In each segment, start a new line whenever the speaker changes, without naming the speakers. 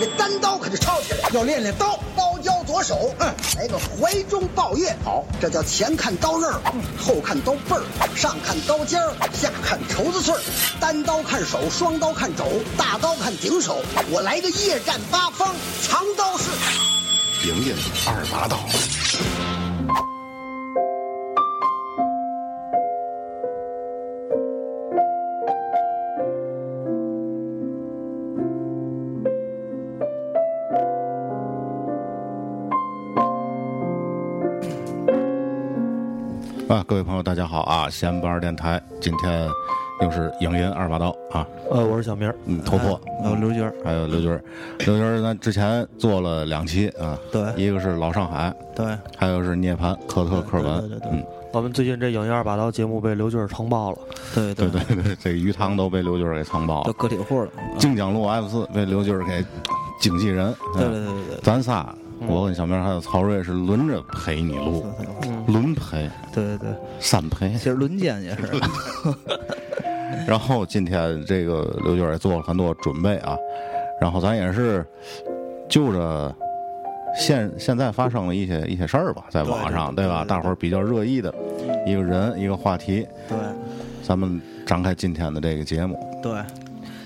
这单刀可就抄起来，要练练刀，刀交左手，嗯，来个怀中抱月，好，嗯这叫前看刀刃儿，后看刀背儿，上看刀尖儿，下看绸子穗儿，单刀看手，双刀看肘，大刀看顶手，我来个夜战八方，藏刀式。
莹莹二八道，
啊，各位朋友，大家好啊！西安八二电台，今天又是影音二把刀啊，
呃，我是小明儿，
嗯，头破，嗯
呃，刘娟儿，
还有刘军儿，刘军儿，咱之前做了两期啊，
对
一个是老上海，
对，
还有是涅槃科特克
对对
文
对，对
嗯，
我们最近这影音二把刀节目被刘娟儿撑爆了，对
对，对对，这鱼汤都被刘军儿给藏爆
就
了，
个体户了。
京奖路 F 四被刘军儿给经纪人，
对
嗯
对对对
咱仨，
嗯
我跟小明还有曹睿是轮着陪你录，轮陪
对对对，
三陪
其，实轮奸啊也是，
然后今天这个刘娟也做了很多准备啊，然后咱也是就着现现在发生的一些一些事儿吧，在网上
对对对
吧？
对对
大伙儿比较热议的一个人一个话题，
对
咱们展开今天的这个节目。
对。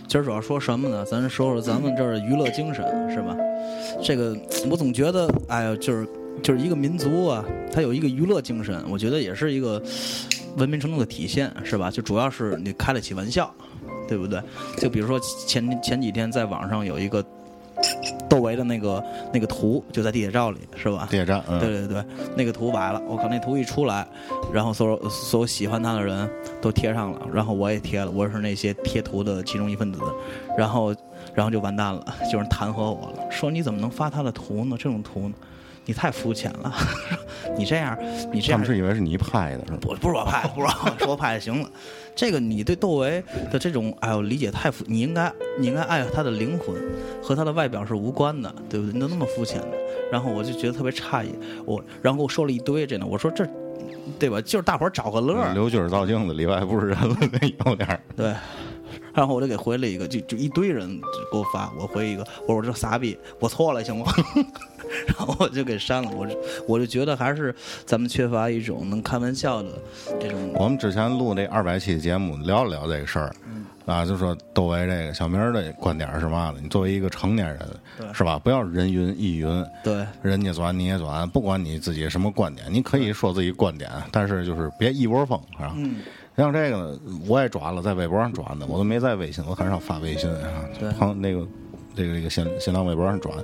今儿主要说什么呢？咱说说咱们这儿的娱乐精神，是吧？这个我总觉得，哎呀，就是就是一个民族啊，它有一个娱乐精神，我觉得也是一个文明程度的体现，是吧？就主要是你开得起玩笑，对不对？就比如说前前几天在网上有一个窦唯的那个那个图，就在地铁照里，是吧？
谍战，嗯，
对对对，那个图完了，我靠，那图一出来，然后所有所有喜欢他的人都贴上了，然后我也贴了，我是那些贴图的其中一份子，然后然后就完蛋了，有人弹劾我了，说你怎么能发他的图呢？这种图呢，你太肤浅了， 你这样你这
他
样
们是以为是你拍的，是吧？
不不是我派，不是我派说我派就行了。这个你对窦唯的这种哎呦理解太肤，你应该你应该爱他的灵魂和他的外表是无关的，对不对？你都那么肤浅的，然后我就觉得特别诧异，我然后给我说了一堆这呢，我说这对吧？就是大伙儿找个乐儿，
刘军儿照镜子里外不是人了，那有点儿。
对。然后我就给回了一个，就就一堆人就给我发，我回一个，我说我这傻逼，我错了行吗？ 然后我就给删了，我就我就觉得还是咱们缺乏一种能开玩笑的这种
我们之前录那二百期节目，聊了聊这个事儿，
嗯
啊，就说窦唯这个小明儿的观点是嘛的？你作为一个成年人，是吧？不要人云亦云，
对。
人家转你也转，不管你自己什么观点，你可以说自己观
嗯
点，但是就是别一窝蜂，是吧？像这个呢，我也转了，在微博上转的，我都没在微信，我很少发微信啊。
对嗯
旁那个这个这个新新浪微博上转，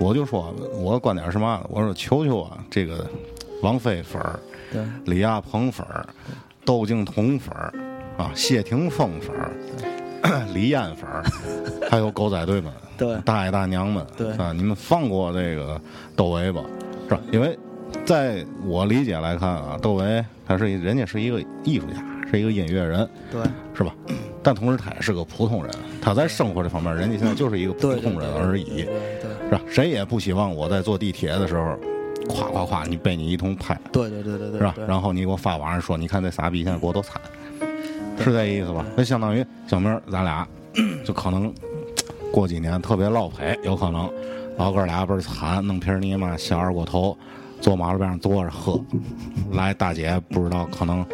我就说我的观点是嘛呢？我说球球啊，这个王菲粉儿，
对
李亚鹏粉儿，窦靖童粉儿，啊，谢霆锋粉儿， 李艳 粉儿，还有狗仔队们，
对
大爷大娘们，
对
啊，你们放过这个窦唯吧，是吧？因为在我理解来看啊，窦唯他是一人家是一个艺术家，是一个音乐人，
对
是吧？但同时他也是个普通人，他在生活这方面，人家现在就是一个普
对
通人而已，
对对
是吧？谁也不希望我在坐地铁的时候，夸夸夸你被你一通拍，
对对对对对，
是吧？然后你给我发网上说，你看这傻逼现在过得多惨，是这意思吧？那相当于小明儿咱俩就可能过几年特别落魄，有可能老哥俩倍儿惨，弄瓶泥嘛小二锅头，坐马路边上坐着喝，来大姐不知道可能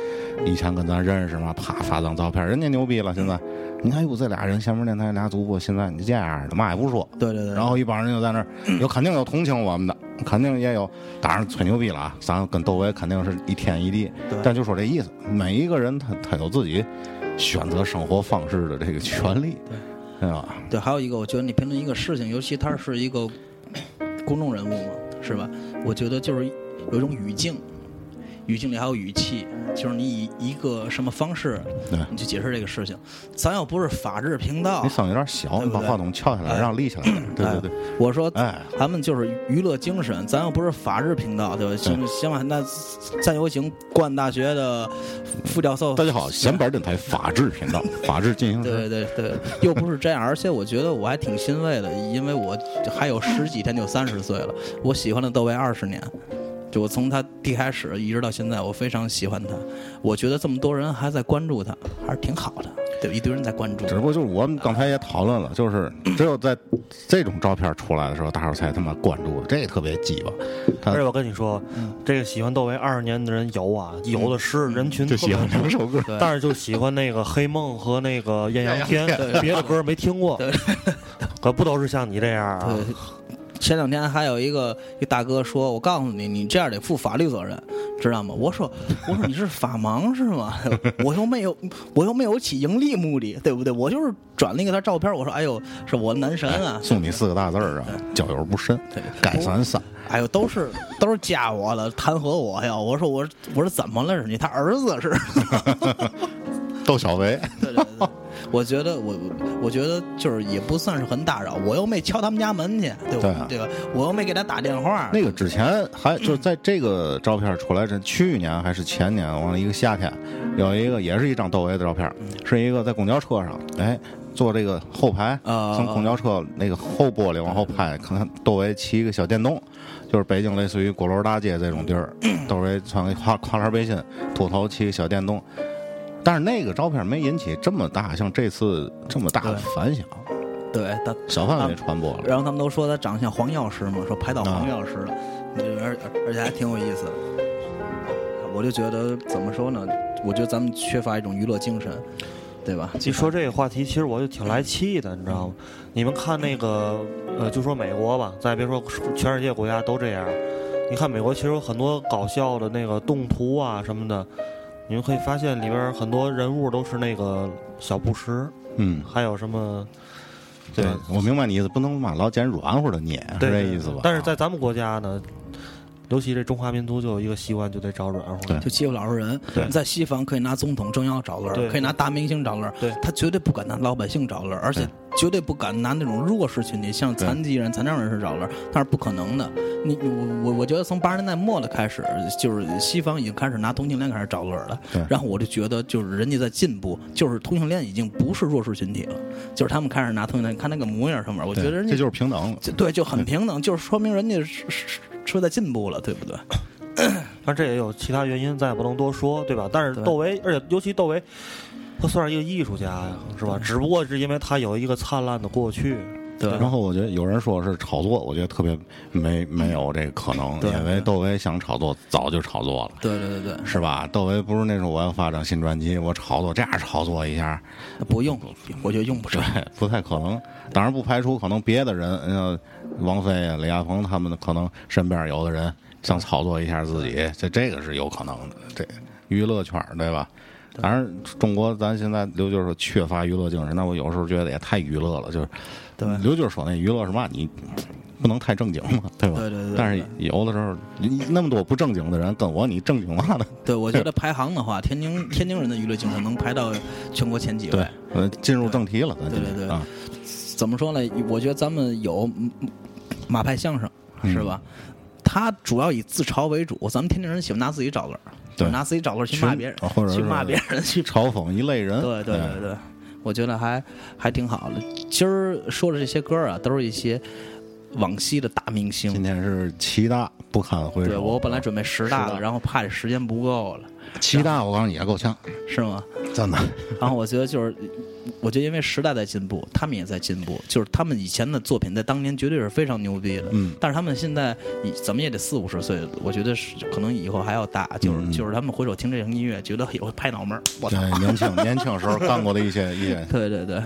以前跟咱认识嘛，啪发张照片，人家牛逼了，现在。你看，哟，这俩人，前面电台俩主播，现在你这样的，嘛也不说，
对对对，
然后一帮人就在那儿，有肯定有同情我们的，肯定也有，当然吹牛逼了啊，咱跟窦唯肯定是一天一地，但就说这意思，每一个人他他有自己选择生活方式的这个权利，对啊吧？
对，还有一个，我觉得你评论一个事情，尤其他是一个公众人物嘛，是吧？我觉得就是有一种语境，语境里还有语气，就是你以一个什么方式
对
你去解释这个事情。咱要不是法治频道
你，声音有点小，
对
你
不
把
对
话筒翘起来，
哎
让立起来 点，对
哎
对对，
我说
哎，
咱们就是娱乐精神，咱又不是法治频道，对吧？行行吧，那咱有请冠大学的副教授。
大家好，闲板电台法制频道，法制进行时，
对对对，又不是这样，而且我觉得我还挺欣慰的，因为我还有十几天就三十岁了，我喜欢了窦唯二十年。就我从他一开始一直到现在，我非常喜欢他。我觉得这么多人还在关注他，还是挺好的。得有一堆人在关注。
只不过就是我们刚才也讨论了，就是只有在这种照片出来的时候，大伙儿才他妈关注，这也特别鸡巴。他
而且我跟你说，这个喜欢窦唯二十年的人有啊，有的是，人群
就
特
喜
别
欢
多
两首歌，
对
但是就喜欢那个《黑梦》和那个《艳阳天
艳阳》，
别的歌没听过， 可不都是像你这样啊？
对，前两天还有一个一大哥说：“我告诉你，你这样得负法律责任，知道吗？”我说：“我说你是法盲是吗？ 我又没有，我又没有起盈利目的，对不对？我就是转了一个他照片，我说：‘哎呦，是我男神啊！’
送你四个大字儿啊，
嗯
交友不深，改三三。
哎呦，都是都是加我了，弹劾我呀！我说我我说怎么了？是你他儿子是？
窦小维，
对对对，我觉得我我觉得就是也不算是很打扰，我又没敲他们家门去，对吧？
对
对
啊
吧？我又没给他打电话。
那个之前还就是在这个照片出来之前，去年还是前年，忘了一个夏天，有一个也是一张窦唯的照片，
嗯
是一个在公交车上，哎，坐这个后排，
啊
从公交车那个后玻璃往后拍，可能窦唯骑一个小电动，就是北京类似于鼓楼大街这种 地儿，窦唯穿个跨跨栏背心，秃头骑个小电动，但是那个照片没引起这么大，像这次这么大的反响，
对他
小范围传播了。
然后他们都说他长得像黄药师嘛，说拍到黄药师了，你这而而且还挺有意思的。我就觉得怎么说呢？我觉得咱们缺乏一种娱乐精神，对吧？
一说这个话题，其实我就挺来气的，你知道吗？你们看那个，呃，就说美国吧，咱也别说全世界国家都这样。你看美国其实有很多搞笑的那个动图啊什么的，你们可以发现里边很多人物都是那个小布什，
嗯，
还有什么
对
呃，
我明白你意思，不能把老捡软乎的捏，是
对
这意思吧？
但是在咱们国家呢，尤其这中华民族就有一个习惯，就得找软乎的。
就欺负老实人
对。
在西方可以拿总统、政要找乐儿
对，
可以拿大明星找乐儿，
对
他绝对不敢拿老百姓找乐儿，而且绝对不敢拿那种弱势群体，像残疾人、残障人士找乐儿，那是不可能的。你我我我觉得从八十年代末了开始，就是西方已经开始拿同性恋开始找乐儿了
对。
然后我就觉得，就是人家在进步，就是同性恋已经不是弱势群体了，就是他们开始拿同性恋，看那个模样儿上面，我觉
对
得人
这
家
就是平等了。
就对就很平等，就是说明人家是是是是在进步了，对不对？
但这也有其他原因，咱也不能多说，对吧？但是
对
窦唯，而且尤其窦唯，他算是一个艺术家呀，是
嗯
吧？只不过是因为他有一个灿烂的过去，
对
然后我觉得有人说是炒作，我觉得特别没没有这个可能，
对
因为窦唯想炒作早就炒作了，
对对对对。
是吧？窦唯不是那种我要发张新专辑，我炒作这样炒作一下，
不用，我觉得用不
对
上。，
不太可能。当然不排除可能别的人，呃，王菲啊、李亚鹏他们的可能身边有的人想炒作一下自己，这这个是有可能的。这娱乐圈儿对吧？当然，中国咱现在刘军说缺乏娱乐精神，那我有时候觉得也太娱乐 了，就是
对
刘军说那娱乐是嘛，你不能太正经嘛，对吧？
对对对对
但是有的时候你那么多不正经的人跟我，你正经嘛呢？
对，我觉得排行的话，天津天津人的娱乐精神能排到全国前几位。，
呃，进入正题了，咱
对对
今天
对
啊，
怎么说呢？我觉得咱们有嗯马派相声，
嗯
是吧？他主要以自嘲为主，咱们天津人喜欢拿自己找乐儿，
对
拿自己找乐儿去骂别人
群哦啊或者，是嗯
去骂别人，去
嘲讽一类人，哎
对对对对，我觉得还还挺好的。今儿说的这些歌啊，都是一些往西的大明星，
今天是齐大不堪回首。
对我本来准备十大
啊十
的，
大
然后怕这时间不够了，
齐大，我告诉你也够呛，
是吗？
真的。
然后我觉得就是，我觉得因为时代在进步，他们也在进步，就是他们以前的作品在当年绝对是非常牛逼的，
嗯，
但是他们现在已怎么也得四五十岁了，我觉得是可能以后还要大，就是、
嗯嗯
就是他们回首听这种音乐，觉得也会拍脑门儿，我操，
对，年轻年轻时候干过的一些一些
对对对。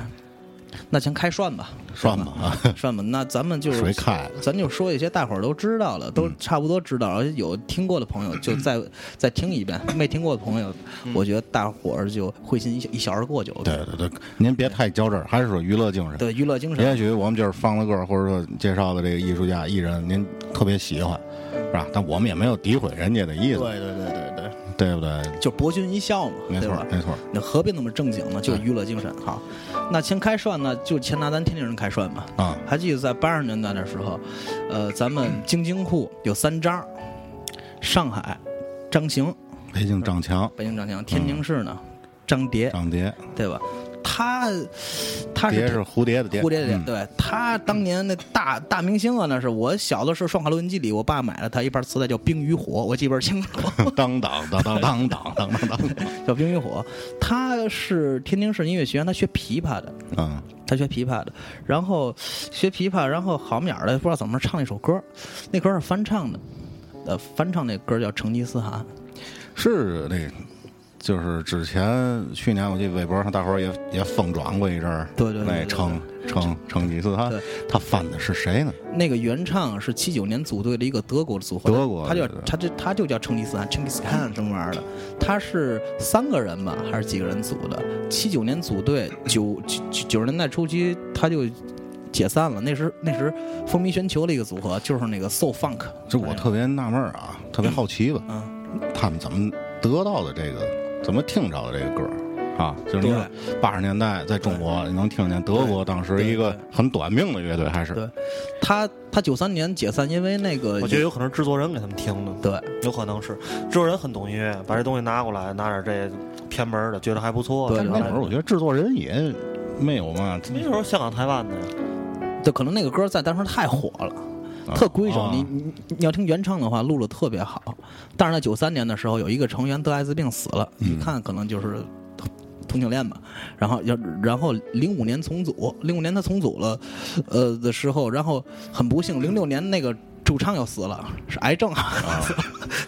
那先开涮 吧，
涮吧 啊，
涮吧。那咱们就
水
是，
开了。
咱就说一些大伙儿都知道了，
嗯
都差不多知道，而且有听过的朋友就再再听一遍，没听过的朋友，我觉得大伙儿就会心一笑一笑而过就 OK。
嗯对对对，您别太较真儿，还是说娱乐精神。
对，娱乐精神，
也许我们就是放了歌，或者说介绍的这个艺术家、艺人，您特别喜欢，是吧？但我们也没有诋毁人家的意思，
对对对对对，
对不对？
就博君一笑嘛，
没
对
错嗯
吧，？
没错。
那何必那么正经呢？就是娱乐精神好。那先开涮呢，就先拿咱天津人开涮吧。
啊，
还记得在八十年代的时候，呃，咱们
嗯
京津沪有三张儿，上海张行，
北京张强、
北京张行，天津市呢、张蝶，
嗯张杰，
对吧？他他
蝶
是
是蝴蝶的蝶，
蝴蝶
嗯
脸，对他当年那大大明星啊，那是我小的时候双卡录音机里，我爸买了他一盘磁带叫《冰与火》，我记倍儿清楚，
嗯当当当当当当当当 当，
叫《冰与火》。他是天津市音乐学院，他学琵琶的，
嗯，
他学琵琶的，然后学琵琶，然后好么眼儿的不知道怎么唱了一首歌，那歌是翻唱的，呃，翻唱那歌叫《成吉思汗》。
是那，就是之前去年我记得微博上大伙儿也也疯转过一阵儿，
对对对
那成成成吉思汗
对，
他翻的是谁呢？
那个原唱是七九年组队的一个德国的组合，
德国
他叫
的
他这他就叫成吉思汗，成吉思汗什么玩意儿的？他是三个人吧，还是几个人组的？七九年组队，九九九十年代初期他就解散了，那时那时风靡全球的一个组合就是那个 Soul Funk，
这我特别纳闷儿啊，特别好奇吧，
嗯
他们怎么得到的这个，怎么听着的这个歌儿啊？就是你看八十年代在中国，你能听见德国当时一个很短命的乐队，还是
对，他他九三年解散，因为那个
我觉得有可能是制作人给他们听的，
对。
有可能是制作人很懂音乐，把这东西拿过来，拿点这偏门儿的，觉得还不错。
对
然
那
后
会儿我觉得制作人也没有嘛，
那时候香港、台湾的呀，
对，可能那个歌在当时太火了，特规整。
啊
你你你要听原唱的话，录了特别好。但是在九三年的时候，有一个成员得艾滋病死了，
嗯
一看可能就是同同性恋吧。然后要然后零五年重组，零五年他重组了，呃的时候，然后很不幸，零六年那个主唱又死了，是癌症，啊
啊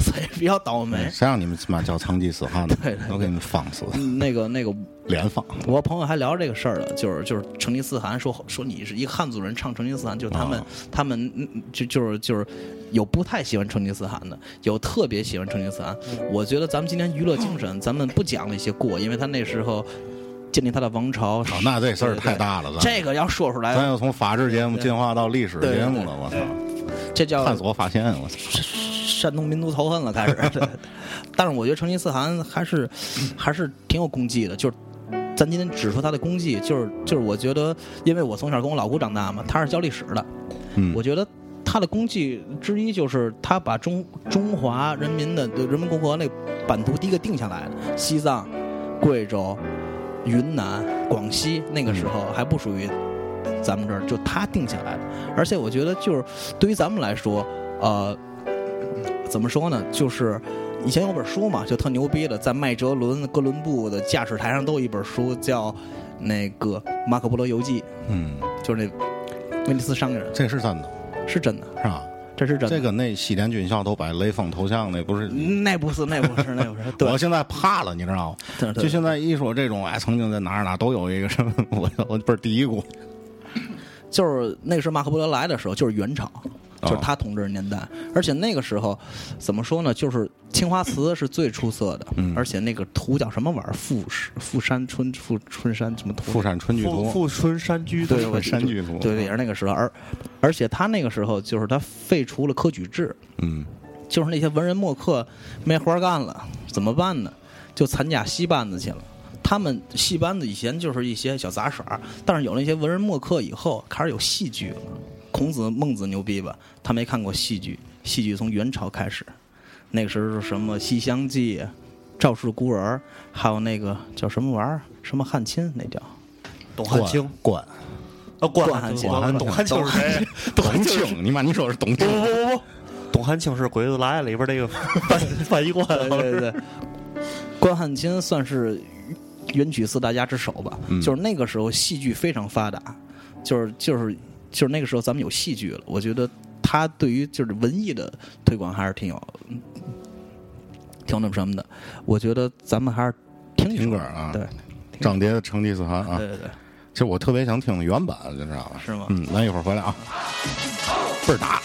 所以比较倒霉。
谁让你们妈叫成吉思汗呢
对对？对
都给你们放死，
那个那个
连放。
我朋友还聊这个事儿了，就是就是成吉思汗说说你是一个汉族人唱成吉思汗，就是他们、
啊
他们嗯就就是就是有不太喜欢成吉思汗的，有特别喜欢成吉思汗。
嗯
我觉得咱们今天娱乐精神，咱们不讲那些过，因为他那时候建立他的王朝。
啊，那这事儿
对对
太大了，咱
这个要说出
咱
来，
要从法制节目进化到历史
对对
节
对
目了，我操！
这叫
探索发现，我操！
煽动民族仇恨了，开始。对但是我觉得成吉思汗还是还是挺有功绩的，就是。咱今天指出他的功绩，就是就是我觉得，因为我从小跟我老姑长大嘛，他是教历史的，
嗯
我觉得他的功绩之一就是他把中中华人民的人民共和国那版图第一个定下来的，西藏、贵州、云南、广西那个时候还不属于咱们这儿，就他定下来的。而且我觉得就是对于咱们来说，呃，怎么说呢，就是。以前有本书嘛，就特牛逼的，在麦哲伦、哥伦布的驾驶台上都有一本书，叫那个《马可波罗游记
嗯，》，
就是那威尼斯商人，
这是真的，
是真的，
是吧？
这是真的。
这个那西点军校都摆雷锋头像，那不是？
那不是，那不是，那不是，嗯对
我，现在怕了，你知道吗？
对对
就现在一说这种，哎，曾经在哪儿哪儿都有一个什么，我我倍儿嘀咕。
就是那是马可波罗来的时候，就是元朝，就是
哦
他统治年代。而且那个时候，怎么说呢？就是青花瓷是最出色的，
嗯
而且那个图叫什么玩意儿？富士、富山春、富春山什么图？
富山春剧
富
图，
富春山居
对，我
山居图
对对，也是那个时候。而而且他那个时候就是他废除了科举制，
嗯，
就是那些文人墨客没活儿干了，怎么办呢？就参加戏班子去了。他们戏班子以前就是一些小杂耍儿，但是有那些文人墨客以后，开始有戏剧了。孔子、孟子牛逼吧？他没看过戏剧，戏剧从元朝开始，那个时候是什么《西厢记》《赵氏孤儿》，还有那个叫什么玩意儿，什么汉卿那叫。
董汉卿，
管
啊，关
关汉卿
关
关
董
汉
汉
卿
卿是谁？董汉
董
卿是
卿，你妈，你说是董
不
卿？
不不不，董汉卿是《鬼子来了》里边这个翻翻译官，
对对对，关汉卿算是元曲四大家之首吧，就是那个时候戏剧非常发达，就是就是就是那个时候咱们有戏剧了，我觉得他对于就是文艺的推广还是挺有挺有那么什么的，我觉得咱们还是听一
听
首
歌啊
对
张蝶的《成吉思汗》啊
对，对对，
其实我特别想听原版，你知道吗？
是吗
嗯，咱一会儿回来啊，倍儿大。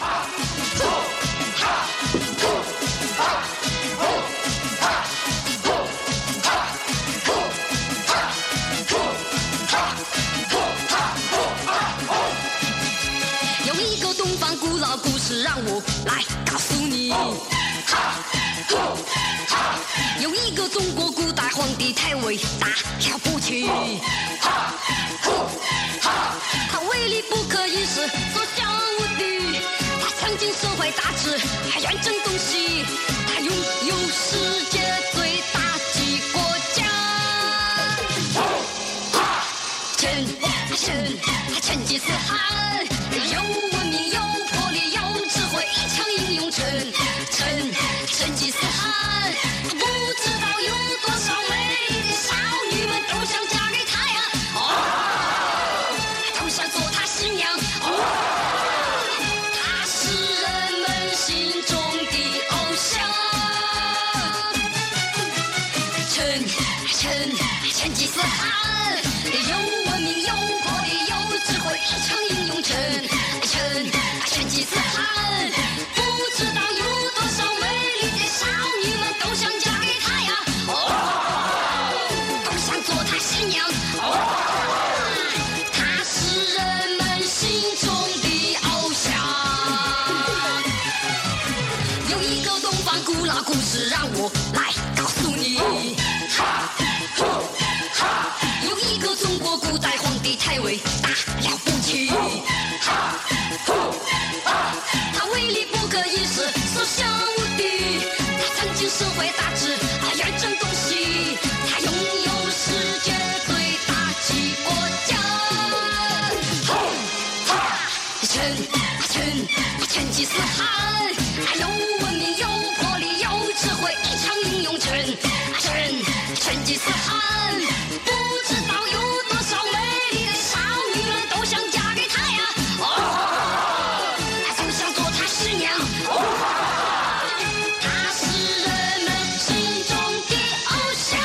有一个东方古老故事，让我来告诉你。有一个中国古代皇帝太伟大了不起，他威力不可一世，所向无敌。他曾经手挥大指，还远征东西，他拥有世界最大的国家。他成吉思汗，有文明，有魄力，有智慧，一腔英勇成成成吉思汗。不知道有多少美丽的少女们都想嫁给他呀，哦，都想做他新娘，哦，他是人们心中的偶像。成成成吉思汗，有文明，有魄力，有智慧，一腔英勇成成成吉思汗。不知道有多少美丽的少女们都想嫁给他呀，哦，都想做他新娘，哦，他是人们心中的偶像。有一个东方古老故事，让我来告诉你。哈，呼哈，有一个中国古代皇帝太伟大了不起。哈，呼哈，他威力不可一世，所向无敌。他曾经社会大志，啊，远征东西。他拥有世界最大级国家。吼哈。成成成吉思汗，有文明，有魄力，有智慧，一腔英勇成成成吉思汗。不知道有多少美丽的少女们都想嫁给他呀，哦，都想做他师娘。哦，他是人们心中的偶像。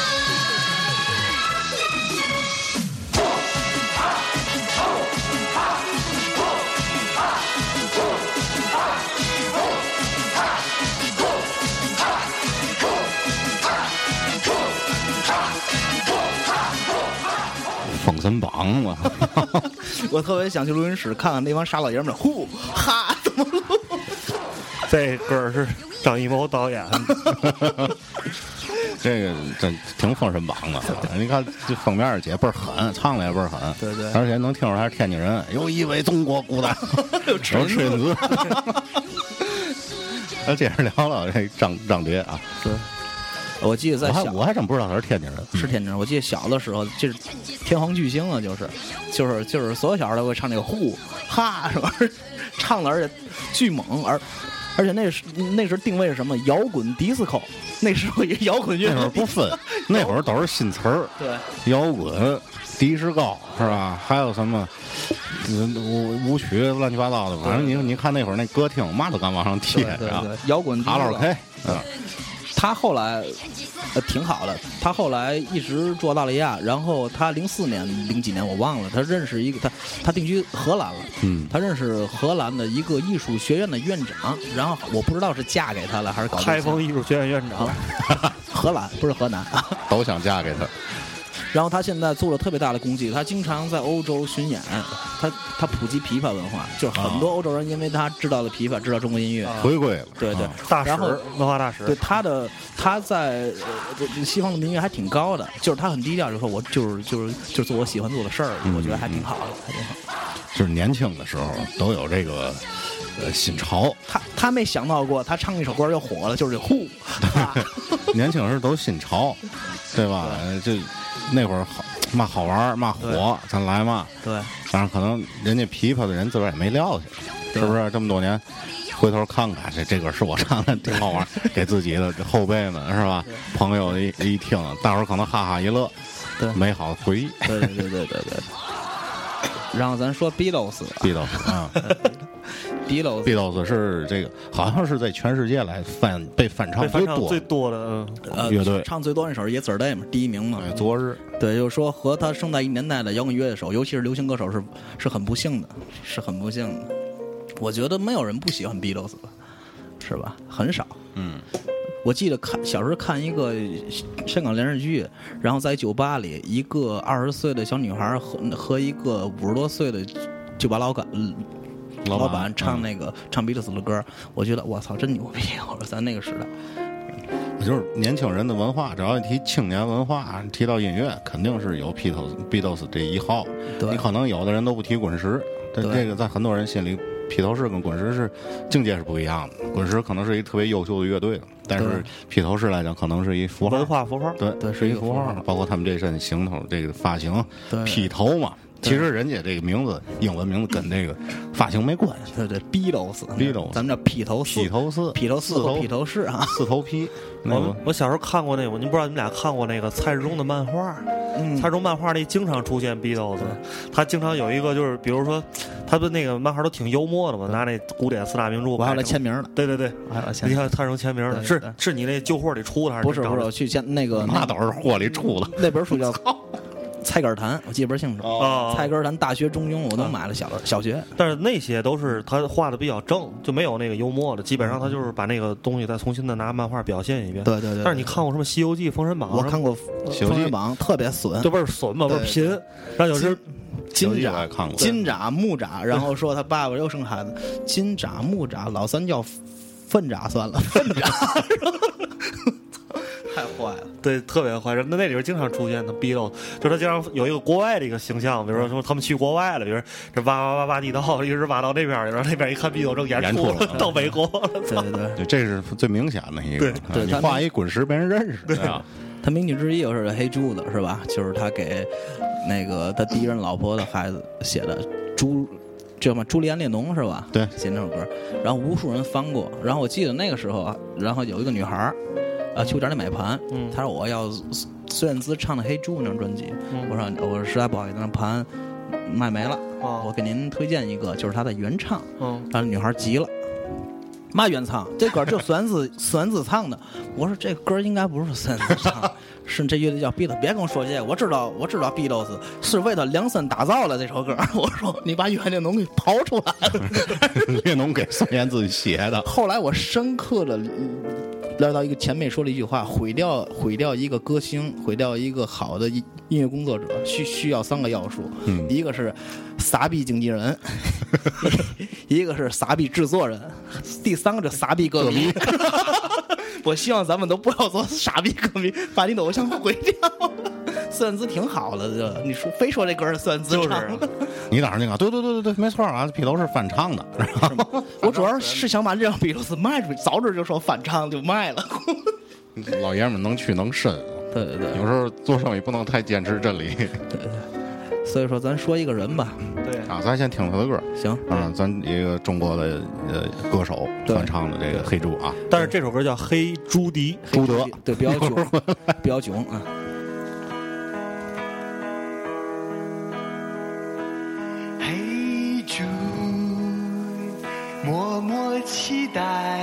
封神榜， 我操！
我特别想去录音室看看那帮傻老爷们儿，呼哈怎么录。
这歌儿是张艺谋导 演，
这个真挺封神榜 的。你看这封面儿姐倍儿狠，唱的也倍儿狠，
对对
而且能听出来是天津人。有一位中国 古代，有
痴
痴
子
子。那接着聊聊这张张觉啊，
我记得
我
在
还
小
我还真不知道他是天 津人，
是天津人，我记得小的时候就是天皇巨星啊，就是就是就是所有小孩都会唱这个呼哈什么， 唱的而且巨猛，而而且那时那时定位是什么摇滚迪斯科，那时候也摇滚乐
那会儿不分，那会儿都是新词儿，
对，
摇滚、迪士高是吧？还有什么嗯舞舞曲乱七八糟的，反正你你看那会儿那歌厅嘛都敢往上贴
对对
啊
对，，摇滚迪斯
卡拉
科。
OK，嗯，
他后来呃挺好的，他后来一直住澳大利亚，然后他零四年零几年我忘了，他认识一个他他定居荷兰了，
嗯
他认识荷兰的一个艺术学院的院长，然后我不知道是嫁给他了还是搞对象
开封艺术学院院长，
荷兰 不是河南啊，
都想嫁给他。
然后他现在做了特别大的功绩，他经常在欧洲巡演，他他普及琵琶文化，就是很多欧洲人因为他知道了琵琶，知道中国音乐，
回归了，
对对
啊啊，
大使
然后
文化大使，
对他的他在呃西方的民乐还挺高的，就是他很低调，就说我就是就是就是做我喜欢做的事儿，我觉得还挺好
嗯
的，还挺好。
就是年轻的时候都有这个呃新潮，
他他没想到过，他唱一首歌就火了，就是呼， 啊
年轻时都新潮，对吧？呃这那会儿好嘛好玩儿嘛火，咱来嘛。
对，
但是可能人家琵琶的人自个儿也没撂下，是不是？这么多年，回头看看，这这歌是我唱的，挺好玩儿，给自己的后辈们是吧？朋友一一听，大伙儿可能哈哈一乐，
对
美好的回忆，
对对对对对对。然后咱说 Beatles 啊
毕老师啊，
，Beatles
毕老师是这个，好像是在全世界来翻被翻唱
被翻
最
唱
多
最
的
多的，嗯，
呃
乐队。
唱最多那首《Yes Day》嘛，第一名嘛
哎。昨日
对，就是说和他生在一年代的摇滚乐手，尤其是流行歌手是是很不幸的，是很不幸的。我觉得没有人不喜欢 Beatles 吧，是吧？很少。嗯，我记得看小时候看一个香港电视剧，然后在酒吧里，一个二十岁的小女孩和和一个五十多岁的酒吧老板
老
老
板嗯
板唱那个、唱 Beatles 的歌，我觉得我操真牛逼！我说咱那个时代，
就是年轻人的文化，只要一提青年文化，提到音乐，肯定是有 Beatles Beatles 这一号。
对
你可能有的人都不提滚石，但
对
这个在很多人心里，披头士跟滚石是境界是不一样的。滚石可能是一特别优秀的乐队，但是披头士来讲，可能是一符号。
文化符号，
对
对是
是
一
一
个
符
符
号
号，
包括他们这身行头、这个发型
对、
披头嘛，其实人家这个名字英文名字跟这个发型没关 系，
对对，Beatles
Beatles
咱们叫披头四
披头四
披头四
四头
或披头士啊，
四头披。那
我
个
们我小时候看过那个，您不知道你们俩看过那个蔡志忠的漫画？
嗯
蔡志忠漫画里经常出现 Beatles，他经常有一个就是，比如说他的那个漫画都挺幽默的嘛，拿那古典四大名著，
我还要来签。名呢。
对对对，
我还要来签
你
名。
看蔡志忠签名的
对
是
对
是你那旧货里出的还是
不是
你找
不是，
的
我去签那个
那倒是货里出的。
那本书叫《菜根儿谭》，我记得倍儿清楚。
啊？
菜根儿谭大学中庸，我都买了小小学。
但是那些都是他画的比较正，就没有那个幽默的，基本上他就是把那个东西再重新的拿漫画表现一遍。
对对对对
但是你看过什么《西游记》《封神榜》？
我看过《
西游
封
记
神榜》，特别损
就，倍儿损嘛，倍儿
啊对
贫。然后有时候
西游
金
记我
吒
也看过
金吒木吒，然后说他爸爸又生孩子，金吒木吒，老三叫粪吒算了， 粪吒，太坏了。
对，特别坏。那那里边经常出现他逼斗，就是他经常有一个国外的一个形象，比如说说他们去国外了，比如说这挖挖挖挖地道，一直挖到那边去，然后那边一看逼斗正演
演
出
出了
到美国了。
对对对，
对，这是最明显的一个。啊
对
你
他们
画一滚石没人认识，对吧？
他名句之一就是黑柱子是吧？就是他给那个他第一任老婆的孩子写的朱。叫什么？朱利安·列侬是吧？
对
写那首歌，然后无数人翻过。然后我记得那个时候啊，然后有一个女孩儿，啊，去我这儿里买盘，
嗯
她说我要孙燕姿唱的《黑猪》那张专辑，
嗯
我说我说实在不好意思，那盘卖没了，
哦
我给您推荐一个，就是她的原唱。
嗯，
然后女孩急了。嘛原唱？这歌就孙燕 姿孙燕姿唱的。我说这歌应该不是孙燕姿唱的，是这乐队叫 Beatles。别跟我说这，个，我知道我知道 Beatles 是为了量身打造的这首歌。 我说你把袁立农给刨出来了。
列侬给孙燕姿写的，
后来我深刻的聊到一个前辈说了一句话：毁掉毁掉一个歌星，毁掉一个好的音音乐工作者，需需要三个要素，一个是傻逼经纪人，一个是傻逼制作人，第三个是傻逼歌 迷。我希望咱们都不要做傻逼歌迷，把你的偶像毁掉。 孙燕姿挺好的，这你说非说这歌是孙燕姿
就是
唱的。
你当时那个，对对对对对，没错啊，披头士翻唱的， 然后
我主要是想把这张比鲁斯卖出去，早知就说反唱就卖了。
老爷们儿能屈能 伸，啊
对对对
有时候做生意不能太坚持真理
所以说咱说一个人吧，
对，
啊。咱先听他的歌
行，
啊，咱一个中国的呃歌手
对
翻唱的这个《黑猪》啊，
但是这首歌叫《黑朱迪》。
朱德
对，比较囧， 比较囧啊。
黑猪，默默期待，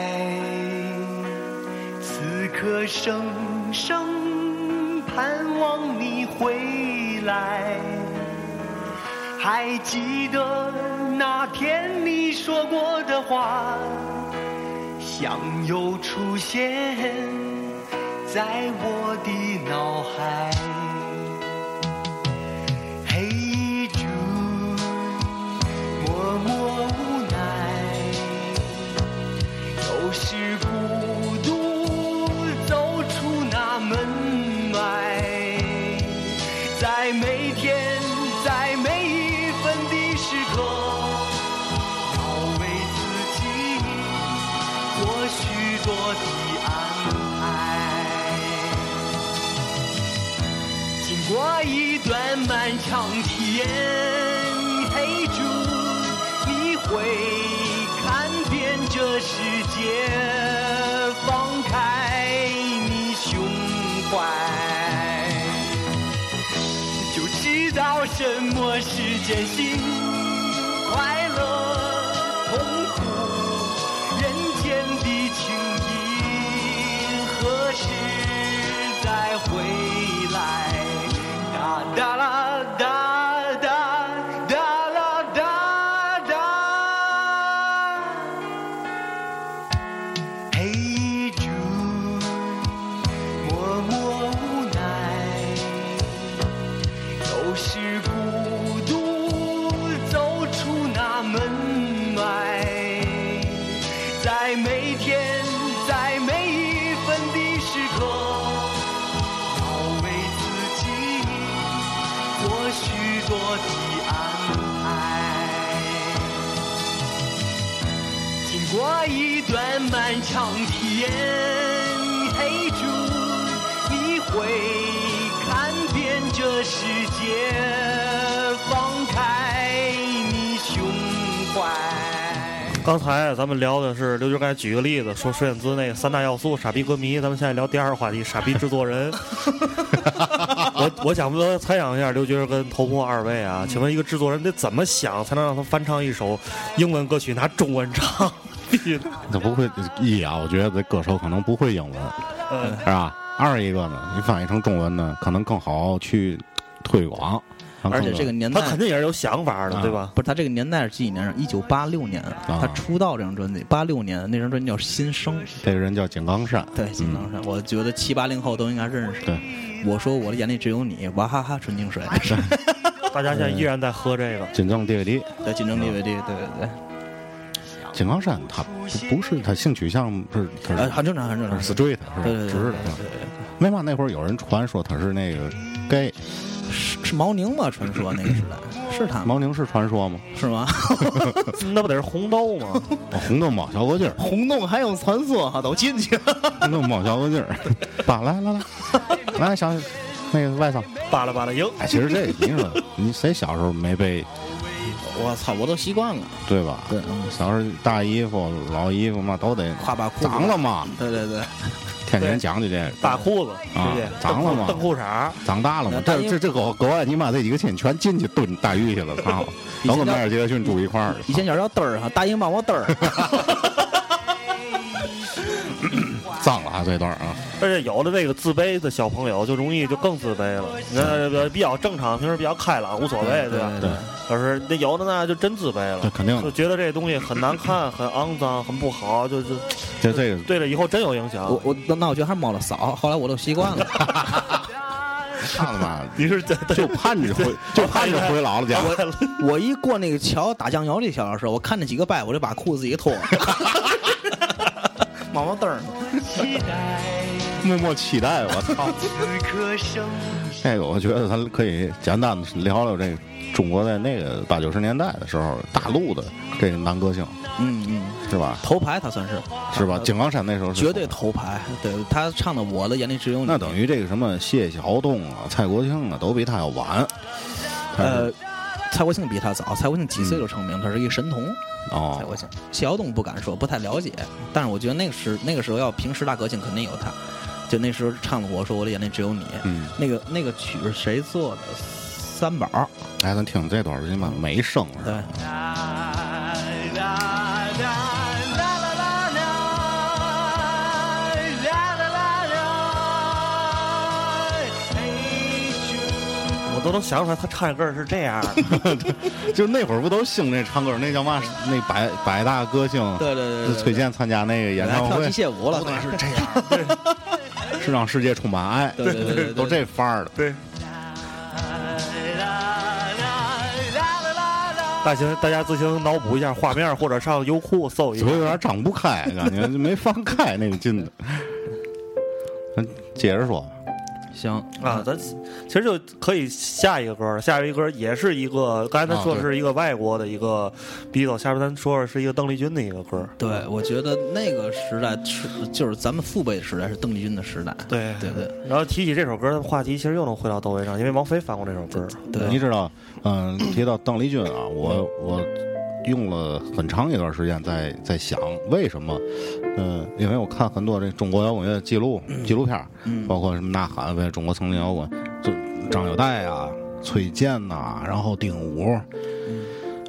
此刻声声盼望你回来。还记得那天你说过的话，想又出现在我的脑海。黑猪，默默无奈，有时孤独走出那门外，在每天，在每一分的时刻，要为自己做许多的安排。经过一段漫长的夜，黑猪，你会看遍这世界，放开你胸怀。就知道什么是艰辛、快乐、痛苦，人间的情谊何时再回来？哒哒啦哒哒哒啦哒哒，黑猪默默无奈。有时孤独走出那门外，在每天，在每一分的时刻，要为自己做许多的安排。经过一段漫长的夜，黑猪，你会看遍这世界，放开
刚才咱们聊的是刘军刚才举个例子，说孙燕姿那三大要素：傻逼歌迷。咱们现在聊第二个话题，傻逼制作人。我我想问，猜想一下，刘军跟头破二位啊，请问一个制作人得怎么想才能让他翻唱一首英文歌曲拿中文唱？必须的。
他不会一啊，我觉得这歌手可能不会英文，
呃，
是吧？二一个呢，你翻译成中文呢，可能更好去推广。让
而且
更
这个年
他
代
肯定也是有想法的，
啊
对吧？
不是他这个年代是几几年？啊一九八六年，他出道这张专辑，八六年那张专辑叫《新生》，
这个人叫井冈山，
对，《新生》是，我觉得七八零后都应该认识。
嗯对，
我说我的眼里只有你，娃哈哈，纯净水，
大家现在依然在喝这个。
锦正 DVD，
在竞争 DVD，对对对，
井冈山他不是他性取向是他
呃，
是
很正常，很正
他
常。
是 straight
对
是
对对
直的
对，
是吧为嘛那会儿有人传说他是那个 gay？
是是毛宁吗？传说那个时 代是他吗？
毛宁是传说吗？
是吗？
那不得是红豆吗？
哦红豆猫小鹅劲儿，
红洞还有传说哈，都进去了。
红豆猫小鹅劲儿，爸来来来，来小那个外甥，
扒拉扒拉赢。
哎，其实这你说你谁小时候没被
我操，我都习惯了，
对吧？
对嗯
小时候大衣服、老衣服嘛，都得
跨把裤子
脏了嘛，
对对对，
天天讲究这个。
大裤子，
啊
直接
脏了吗
蹬裤衩儿，
长大了嘛，
大
这
衣服
这这狗狗爱你妈这几个亲全进去蹲大狱去 了，操！都跟迈尔杰克逊住一块儿了。
以前小时候嘚儿哈，答应帮我嘚 儿。
脏了啊这段啊，
而且有的这个自卑的小朋友就容易就更自卑了。你看这个比较正常，平时比较开朗，无所谓，对吧？
对，
可是那有的呢就真自卑
这
了，
肯定
就
的，
觉得这东西很难看、很肮脏、很不好，就就
这这个
对了以后真有影响。
我我那那我觉得还是猫了嫂，后来我都习惯了。
看了 吧，
你是真
就盼着回，就盼着回姥姥家。
我一过那个桥打酱油这小老师，我看那几个拜，我就把裤子自己脱了。 毛毛嘚儿，
期待
默默期待，我操！
此刻生
这个我觉得咱可以简单的聊聊这个中国在那个八九十年代的时候，大陆的这个男歌星
嗯嗯，
是吧？
头牌他算是
是吧？井冈山那时候是
绝对头牌，对他唱的《我的眼里只有你》，
那等于这个什么谢晓东啊、蔡国庆啊，都比他要晚。他是嗯
呃，蔡国庆比他早，蔡国庆几岁就成名，他是一个神童。蔡
哦嗯
国，庆，谢晓东不敢说，不太了解，但是我觉得那个时那个时候要评十大歌星肯定有他，就那时候唱的《我说我的眼里只有你》，
嗯，
那个那个曲是谁做的？三宝，
来咱听这段儿，你妈没声是
对
吧？，
我都能想出来，他唱这歌是这样的。
就那会儿不都兴那唱歌，那叫嘛？那百百大歌星，
对对对对对
崔健参加那个演唱
跳
会
机，械舞了，
是这样， 是让世界充满爱，
对对对对对
都这范儿的。
对。大家大家自行脑补一下画面，或者上优酷搜一下
嘴。有点张不开，感觉就没放开那个劲的。咱接着说，
行
啊，咱其实就可以下一个歌了。下一个歌也是一个，刚才咱说的
啊
是一个外国的一个 B 走，下边咱说的是一个邓丽君的一个歌。
对，我觉得那个时代是就是咱们父辈时代是邓丽君的时代，
对
对对
然后提起这首歌，话题其实又能回到窦唯上，因为王菲翻过这首歌。
对，
你知道，嗯，提到邓丽君啊，我我用了很长一段时间在在想为什么，嗯，因为我看很多这中国摇滚乐记录
嗯
纪录片儿，包括什么《呐喊》呗，中国曾经摇滚，就张友代啊、崔健呐、然后丁武，
嗯